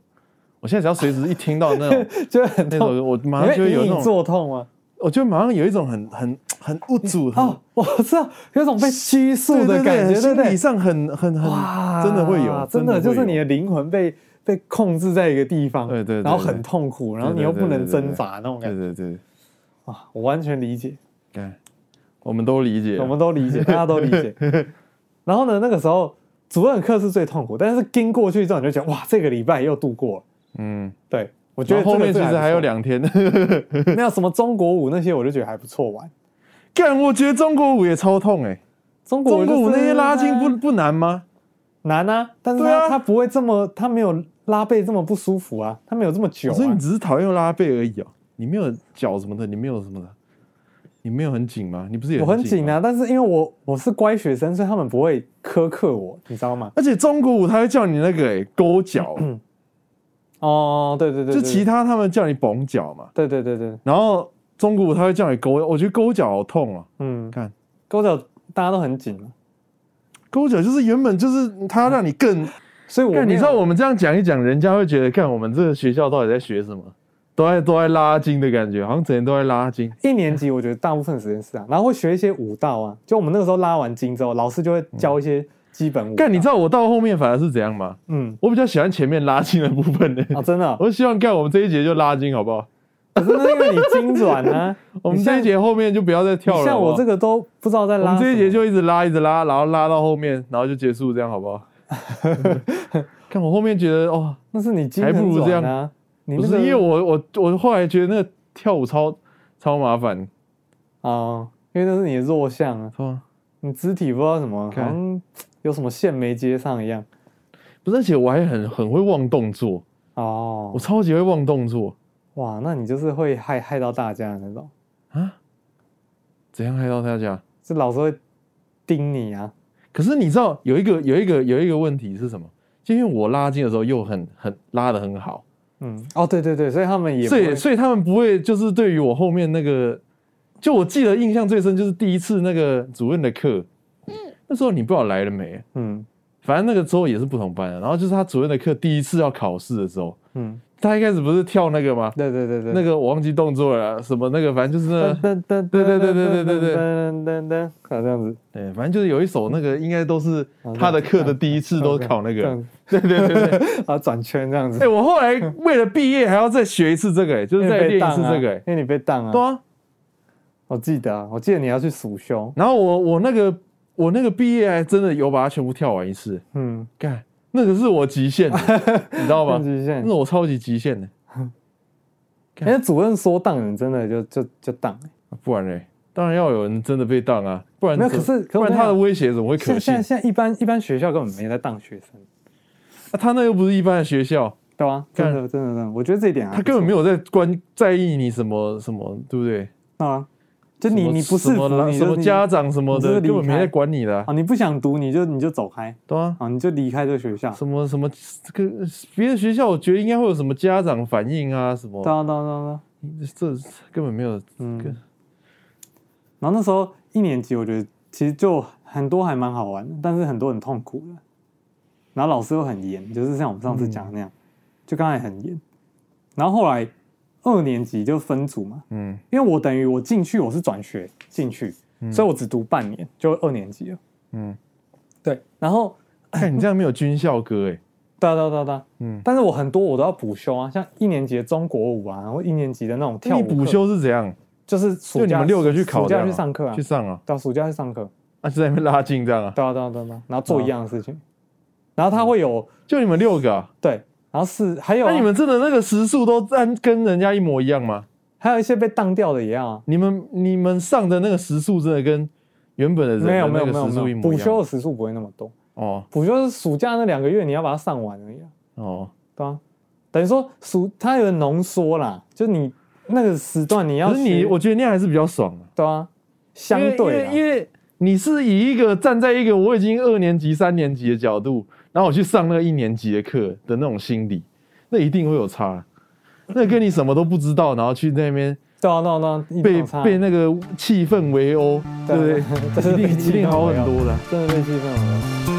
[SPEAKER 5] 我现在只要随时一听到那种
[SPEAKER 4] 就很
[SPEAKER 5] 那首
[SPEAKER 4] 痛，
[SPEAKER 5] 歌，我马
[SPEAKER 4] 你
[SPEAKER 5] 上
[SPEAKER 4] 会
[SPEAKER 5] 就会有
[SPEAKER 4] 隐
[SPEAKER 5] 那
[SPEAKER 4] 隐
[SPEAKER 5] 种，
[SPEAKER 4] 作痛吗？
[SPEAKER 5] 我就马上有一种很很很无助很
[SPEAKER 4] 哦，我知道，有种被拘束
[SPEAKER 5] 对嗯对
[SPEAKER 4] 的
[SPEAKER 5] 对
[SPEAKER 4] 感觉，对不
[SPEAKER 5] 心理
[SPEAKER 4] 对？
[SPEAKER 5] 上很很
[SPEAKER 4] 哇
[SPEAKER 5] 很真的会有，
[SPEAKER 4] 真的就是
[SPEAKER 5] 会
[SPEAKER 4] 你
[SPEAKER 5] 有
[SPEAKER 4] 的灵魂被被控制在一个地方，
[SPEAKER 5] 对对对
[SPEAKER 4] 然后很痛苦，然后你又不能挣扎那种感
[SPEAKER 5] 对
[SPEAKER 4] 觉
[SPEAKER 5] 对对，
[SPEAKER 4] 啊，我完全理解，
[SPEAKER 5] 看我们都理解，
[SPEAKER 4] 我们都理解，大家都理 解。然后呢，那个时候主任课是最痛苦，但是跟过去之后，你就觉得哇，这个礼拜又度过了。
[SPEAKER 5] 嗯，
[SPEAKER 4] 对，我
[SPEAKER 5] 我
[SPEAKER 4] 觉得
[SPEAKER 5] 后
[SPEAKER 4] 这个
[SPEAKER 5] 面其
[SPEAKER 4] 最
[SPEAKER 5] 实
[SPEAKER 4] 不错
[SPEAKER 5] 还有，两天，
[SPEAKER 4] 那什么中国舞那些，我就觉得还不错玩。
[SPEAKER 5] 干，我觉得中国舞也超痛哎，
[SPEAKER 4] 中国
[SPEAKER 5] 中国舞那些拉筋不
[SPEAKER 4] 不
[SPEAKER 5] 不难吗？
[SPEAKER 4] 难啊，但是
[SPEAKER 5] 对啊
[SPEAKER 4] 它它不会这么，它没有拉背这么不舒服啊，它没有这么久
[SPEAKER 5] 我说
[SPEAKER 4] 啊
[SPEAKER 5] 你。只是讨厌拉背而已哦，你没有脚什么的，你没有什么的，你没有很紧吗？你不是也
[SPEAKER 4] 我很
[SPEAKER 5] 紧
[SPEAKER 4] 紧
[SPEAKER 5] 吗？
[SPEAKER 4] 啊，但是因为我我是乖学生，所以他们不会苛刻我，你知道吗？
[SPEAKER 5] 而且中国舞他会叫你那个哎勾脚，
[SPEAKER 4] 哦，对对对，
[SPEAKER 5] 就
[SPEAKER 4] 对
[SPEAKER 5] 其，他他们叫你绷脚嘛，
[SPEAKER 4] 对对对对，
[SPEAKER 5] 然后中国舞他会叫你勾，我觉得勾脚好痛哦。
[SPEAKER 4] 嗯，
[SPEAKER 5] 看
[SPEAKER 4] 勾脚大家都很紧啊嘛，
[SPEAKER 5] 勾脚就是原本就是他要让你更，
[SPEAKER 4] 所以我
[SPEAKER 5] 看你
[SPEAKER 4] 没有
[SPEAKER 5] 知道我们这样讲一讲，人家会觉得看我们这个学校到底在学什么，都在都在拉筋的感觉，好像整天都在 拉筋。
[SPEAKER 4] 一年级我觉得大部分时间是啊，然后会学一些舞蹈啊，就我们那个时候拉完筋之后，老师就会教一些基本舞蹈。
[SPEAKER 5] 嗯干，你知道我到后面反而是怎样吗？
[SPEAKER 4] 嗯，
[SPEAKER 5] 我比较喜欢前面拉筋的部 分呢、
[SPEAKER 4] 啊，真的哦、
[SPEAKER 5] 我希望干我们这一节就拉筋好不好？
[SPEAKER 4] 可是那因为你精转啊，
[SPEAKER 5] 我们
[SPEAKER 4] 你像
[SPEAKER 5] 这一节后面就不要再跳了
[SPEAKER 4] 你像
[SPEAKER 5] 好不好
[SPEAKER 4] 我这，个都不知道在
[SPEAKER 5] 我
[SPEAKER 4] 拉什么，
[SPEAKER 5] 们这一节就一直拉，一直拉，然后拉到后面，然后就结束，这样好 不好？ 看我后面觉得哦，
[SPEAKER 4] 那是你筋
[SPEAKER 5] 还不如
[SPEAKER 4] 很
[SPEAKER 5] 这样
[SPEAKER 4] 软啊，你
[SPEAKER 5] 不
[SPEAKER 4] 那
[SPEAKER 5] 是
[SPEAKER 4] 个
[SPEAKER 5] 因为我我我后来觉得那个跳舞超超麻烦，
[SPEAKER 4] 哦，因为那是你的弱项啊，
[SPEAKER 5] 是吗？
[SPEAKER 4] 你肢体不知道什么，好
[SPEAKER 5] 看
[SPEAKER 4] 像有什么线没接上一样。
[SPEAKER 5] 不是，而且我还很很会忘动作，
[SPEAKER 4] 哦
[SPEAKER 5] 我，超级会忘动作，
[SPEAKER 4] 哇，那你就是会害害到大家的那种，
[SPEAKER 5] 怎样害到大家？
[SPEAKER 4] 就老师会盯你啊。
[SPEAKER 5] 可是你知道有一个有一个有一个问题是什么？就因为我拉筋的时候又很很拉的很好，
[SPEAKER 4] 嗯，哦，对对对，所以他们也不
[SPEAKER 5] 所
[SPEAKER 4] 会
[SPEAKER 5] 以所以他们不会就是对于我后面那个，就我记得印象最深就是第一次那个主任的课，那时候你不知道来了没，
[SPEAKER 4] 嗯
[SPEAKER 5] 反正那个时候也是不同班的，然后就是他主任的课第一次要考试的时候，
[SPEAKER 4] 嗯，
[SPEAKER 5] 他一开始不是跳那个吗？
[SPEAKER 4] 对对对对，
[SPEAKER 5] 那个我忘记动作了啊，什么那个反正就是那
[SPEAKER 4] 噔噔噔，
[SPEAKER 5] 对对对对对对对
[SPEAKER 4] 噔噔噔，啊这样子，
[SPEAKER 5] 对，反正就是有一首那个应该都是他的课的第一次都考那
[SPEAKER 4] 这
[SPEAKER 5] 个，
[SPEAKER 4] 样
[SPEAKER 5] 对对对对。
[SPEAKER 4] 啊转圈这样子
[SPEAKER 5] 哎、，我后来为了毕业还要再学一次这个、哎，就是
[SPEAKER 4] 因
[SPEAKER 5] 再
[SPEAKER 4] 为被
[SPEAKER 5] 练
[SPEAKER 4] 当
[SPEAKER 5] 一次
[SPEAKER 4] 啊
[SPEAKER 5] 这个、哎
[SPEAKER 4] 因为你被当
[SPEAKER 5] 对
[SPEAKER 4] 啊，
[SPEAKER 5] 啊，
[SPEAKER 4] 我记得啊，我记得你要去数胸，
[SPEAKER 5] 然后我我那个我那个毕业还真的有把它全部跳完一次，
[SPEAKER 4] 嗯，
[SPEAKER 5] 干，那个是我极限的，你知道吗
[SPEAKER 4] 看？极限
[SPEAKER 5] 那是。我超级极限的，
[SPEAKER 4] 哎，主任说当人真的就就就当，
[SPEAKER 5] 不然嘞，当然要有人真的被当啊，不然
[SPEAKER 4] 没有
[SPEAKER 5] 怎
[SPEAKER 4] 可是可是
[SPEAKER 5] 不
[SPEAKER 4] 我
[SPEAKER 5] 然
[SPEAKER 4] 跟你
[SPEAKER 5] 他的
[SPEAKER 4] 讲
[SPEAKER 5] 威胁怎么会可
[SPEAKER 4] 现
[SPEAKER 5] 信
[SPEAKER 4] 现？现在一般一般学校根本没在当学生，
[SPEAKER 5] 啊他那又不是一般的学校，
[SPEAKER 4] 对吧？真
[SPEAKER 5] 干
[SPEAKER 4] 的真的真的，我觉得这一点啊，
[SPEAKER 5] 他根本没有在关在意你什么什么，对不对？
[SPEAKER 4] 啊，就你
[SPEAKER 5] 什么
[SPEAKER 4] 你不
[SPEAKER 5] 什
[SPEAKER 4] 是
[SPEAKER 5] 么啦什么家长什么
[SPEAKER 4] 你
[SPEAKER 5] 的，
[SPEAKER 4] 就是离
[SPEAKER 5] 根本没
[SPEAKER 4] 开
[SPEAKER 5] 在管你的啊、
[SPEAKER 4] 啊，你不想读你就你就走开
[SPEAKER 5] 对啊。
[SPEAKER 4] 啊，你就离开这个学校。
[SPEAKER 5] 什么什么这个别的学校，我觉得应该会有什么家长反应啊，什么
[SPEAKER 4] 对啊对啊对啊对啊，
[SPEAKER 5] 这根本没有。
[SPEAKER 4] 嗯。然后那时候一年级，我觉得其实就很多还蛮好玩的，但是很多很痛苦的。然后老师又很严，就是像我们上次讲的那样，
[SPEAKER 5] 嗯
[SPEAKER 4] 就刚才很严。然后后来二年级就分组嘛，
[SPEAKER 5] 嗯，
[SPEAKER 4] 因为我等于我进去我是转学进去，所以我只读半年，就二年级了。
[SPEAKER 5] 嗯，
[SPEAKER 4] 对。然后
[SPEAKER 5] 看你这样没有军校歌哎，
[SPEAKER 4] 对啊对啊对啊对啊，
[SPEAKER 5] 嗯
[SPEAKER 4] 但是我很多我都要补修啊，像一年级的中国舞啊，然后一年级的那种 跳
[SPEAKER 5] 那
[SPEAKER 4] 舞
[SPEAKER 5] 你
[SPEAKER 4] 课
[SPEAKER 5] 补修是怎样？
[SPEAKER 4] 就是
[SPEAKER 5] 就
[SPEAKER 4] 暑
[SPEAKER 5] 你
[SPEAKER 4] 假
[SPEAKER 5] 们六个去考
[SPEAKER 4] 暑
[SPEAKER 5] 这样
[SPEAKER 4] 假
[SPEAKER 5] 啊，
[SPEAKER 4] 去上课啊
[SPEAKER 5] 去，上啊，
[SPEAKER 4] 对啊，暑假去上课，
[SPEAKER 5] 啊就在那边拉近这样啊，
[SPEAKER 4] 对啊对啊对啊对啊，然后做一样的事
[SPEAKER 5] 嗯
[SPEAKER 4] 情，然后他会有
[SPEAKER 5] 就你们六个啊，
[SPEAKER 4] 对，然后是还有啊
[SPEAKER 5] 那你们真的那个时速都按跟人家一模一样吗？
[SPEAKER 4] 还有一些被当掉的也要啊，
[SPEAKER 5] 你们你们上的那个时速真的跟原本的人
[SPEAKER 4] 没有
[SPEAKER 5] 的
[SPEAKER 4] 没
[SPEAKER 5] 那
[SPEAKER 4] 有
[SPEAKER 5] 个
[SPEAKER 4] 没有
[SPEAKER 5] 时速
[SPEAKER 4] 没
[SPEAKER 5] 一
[SPEAKER 4] 有，
[SPEAKER 5] 模一
[SPEAKER 4] 补
[SPEAKER 5] 样
[SPEAKER 4] 修
[SPEAKER 5] 吗？
[SPEAKER 4] 的时数不会那么多，
[SPEAKER 5] 哦
[SPEAKER 4] 补就是暑假那两个月你要把它上完而已、啊，
[SPEAKER 5] 哦，
[SPEAKER 4] 对啊，等于说暑它有浓缩啦，就你那个时段你要
[SPEAKER 5] 可是你
[SPEAKER 4] 学
[SPEAKER 5] 我觉得那样还是比较爽的、
[SPEAKER 4] 对啊，相对
[SPEAKER 5] 因为因为
[SPEAKER 4] 啦
[SPEAKER 5] 因为你是以一个站在一个我已经二年级、三年级的角度，然后我去上那个一年级的课的那种心理，那一定会有差。那跟你什么都不知道，然后去那边
[SPEAKER 4] 对啊对啊对啊，一定
[SPEAKER 5] 被
[SPEAKER 4] 有差
[SPEAKER 5] 被那个气氛围殴，对不对？
[SPEAKER 4] 对啊真的
[SPEAKER 5] 一
[SPEAKER 4] 被
[SPEAKER 5] 定
[SPEAKER 4] 气氛
[SPEAKER 5] 一定好
[SPEAKER 4] 围
[SPEAKER 5] 很
[SPEAKER 4] 殴
[SPEAKER 5] 多的。
[SPEAKER 4] 真的被气氛了。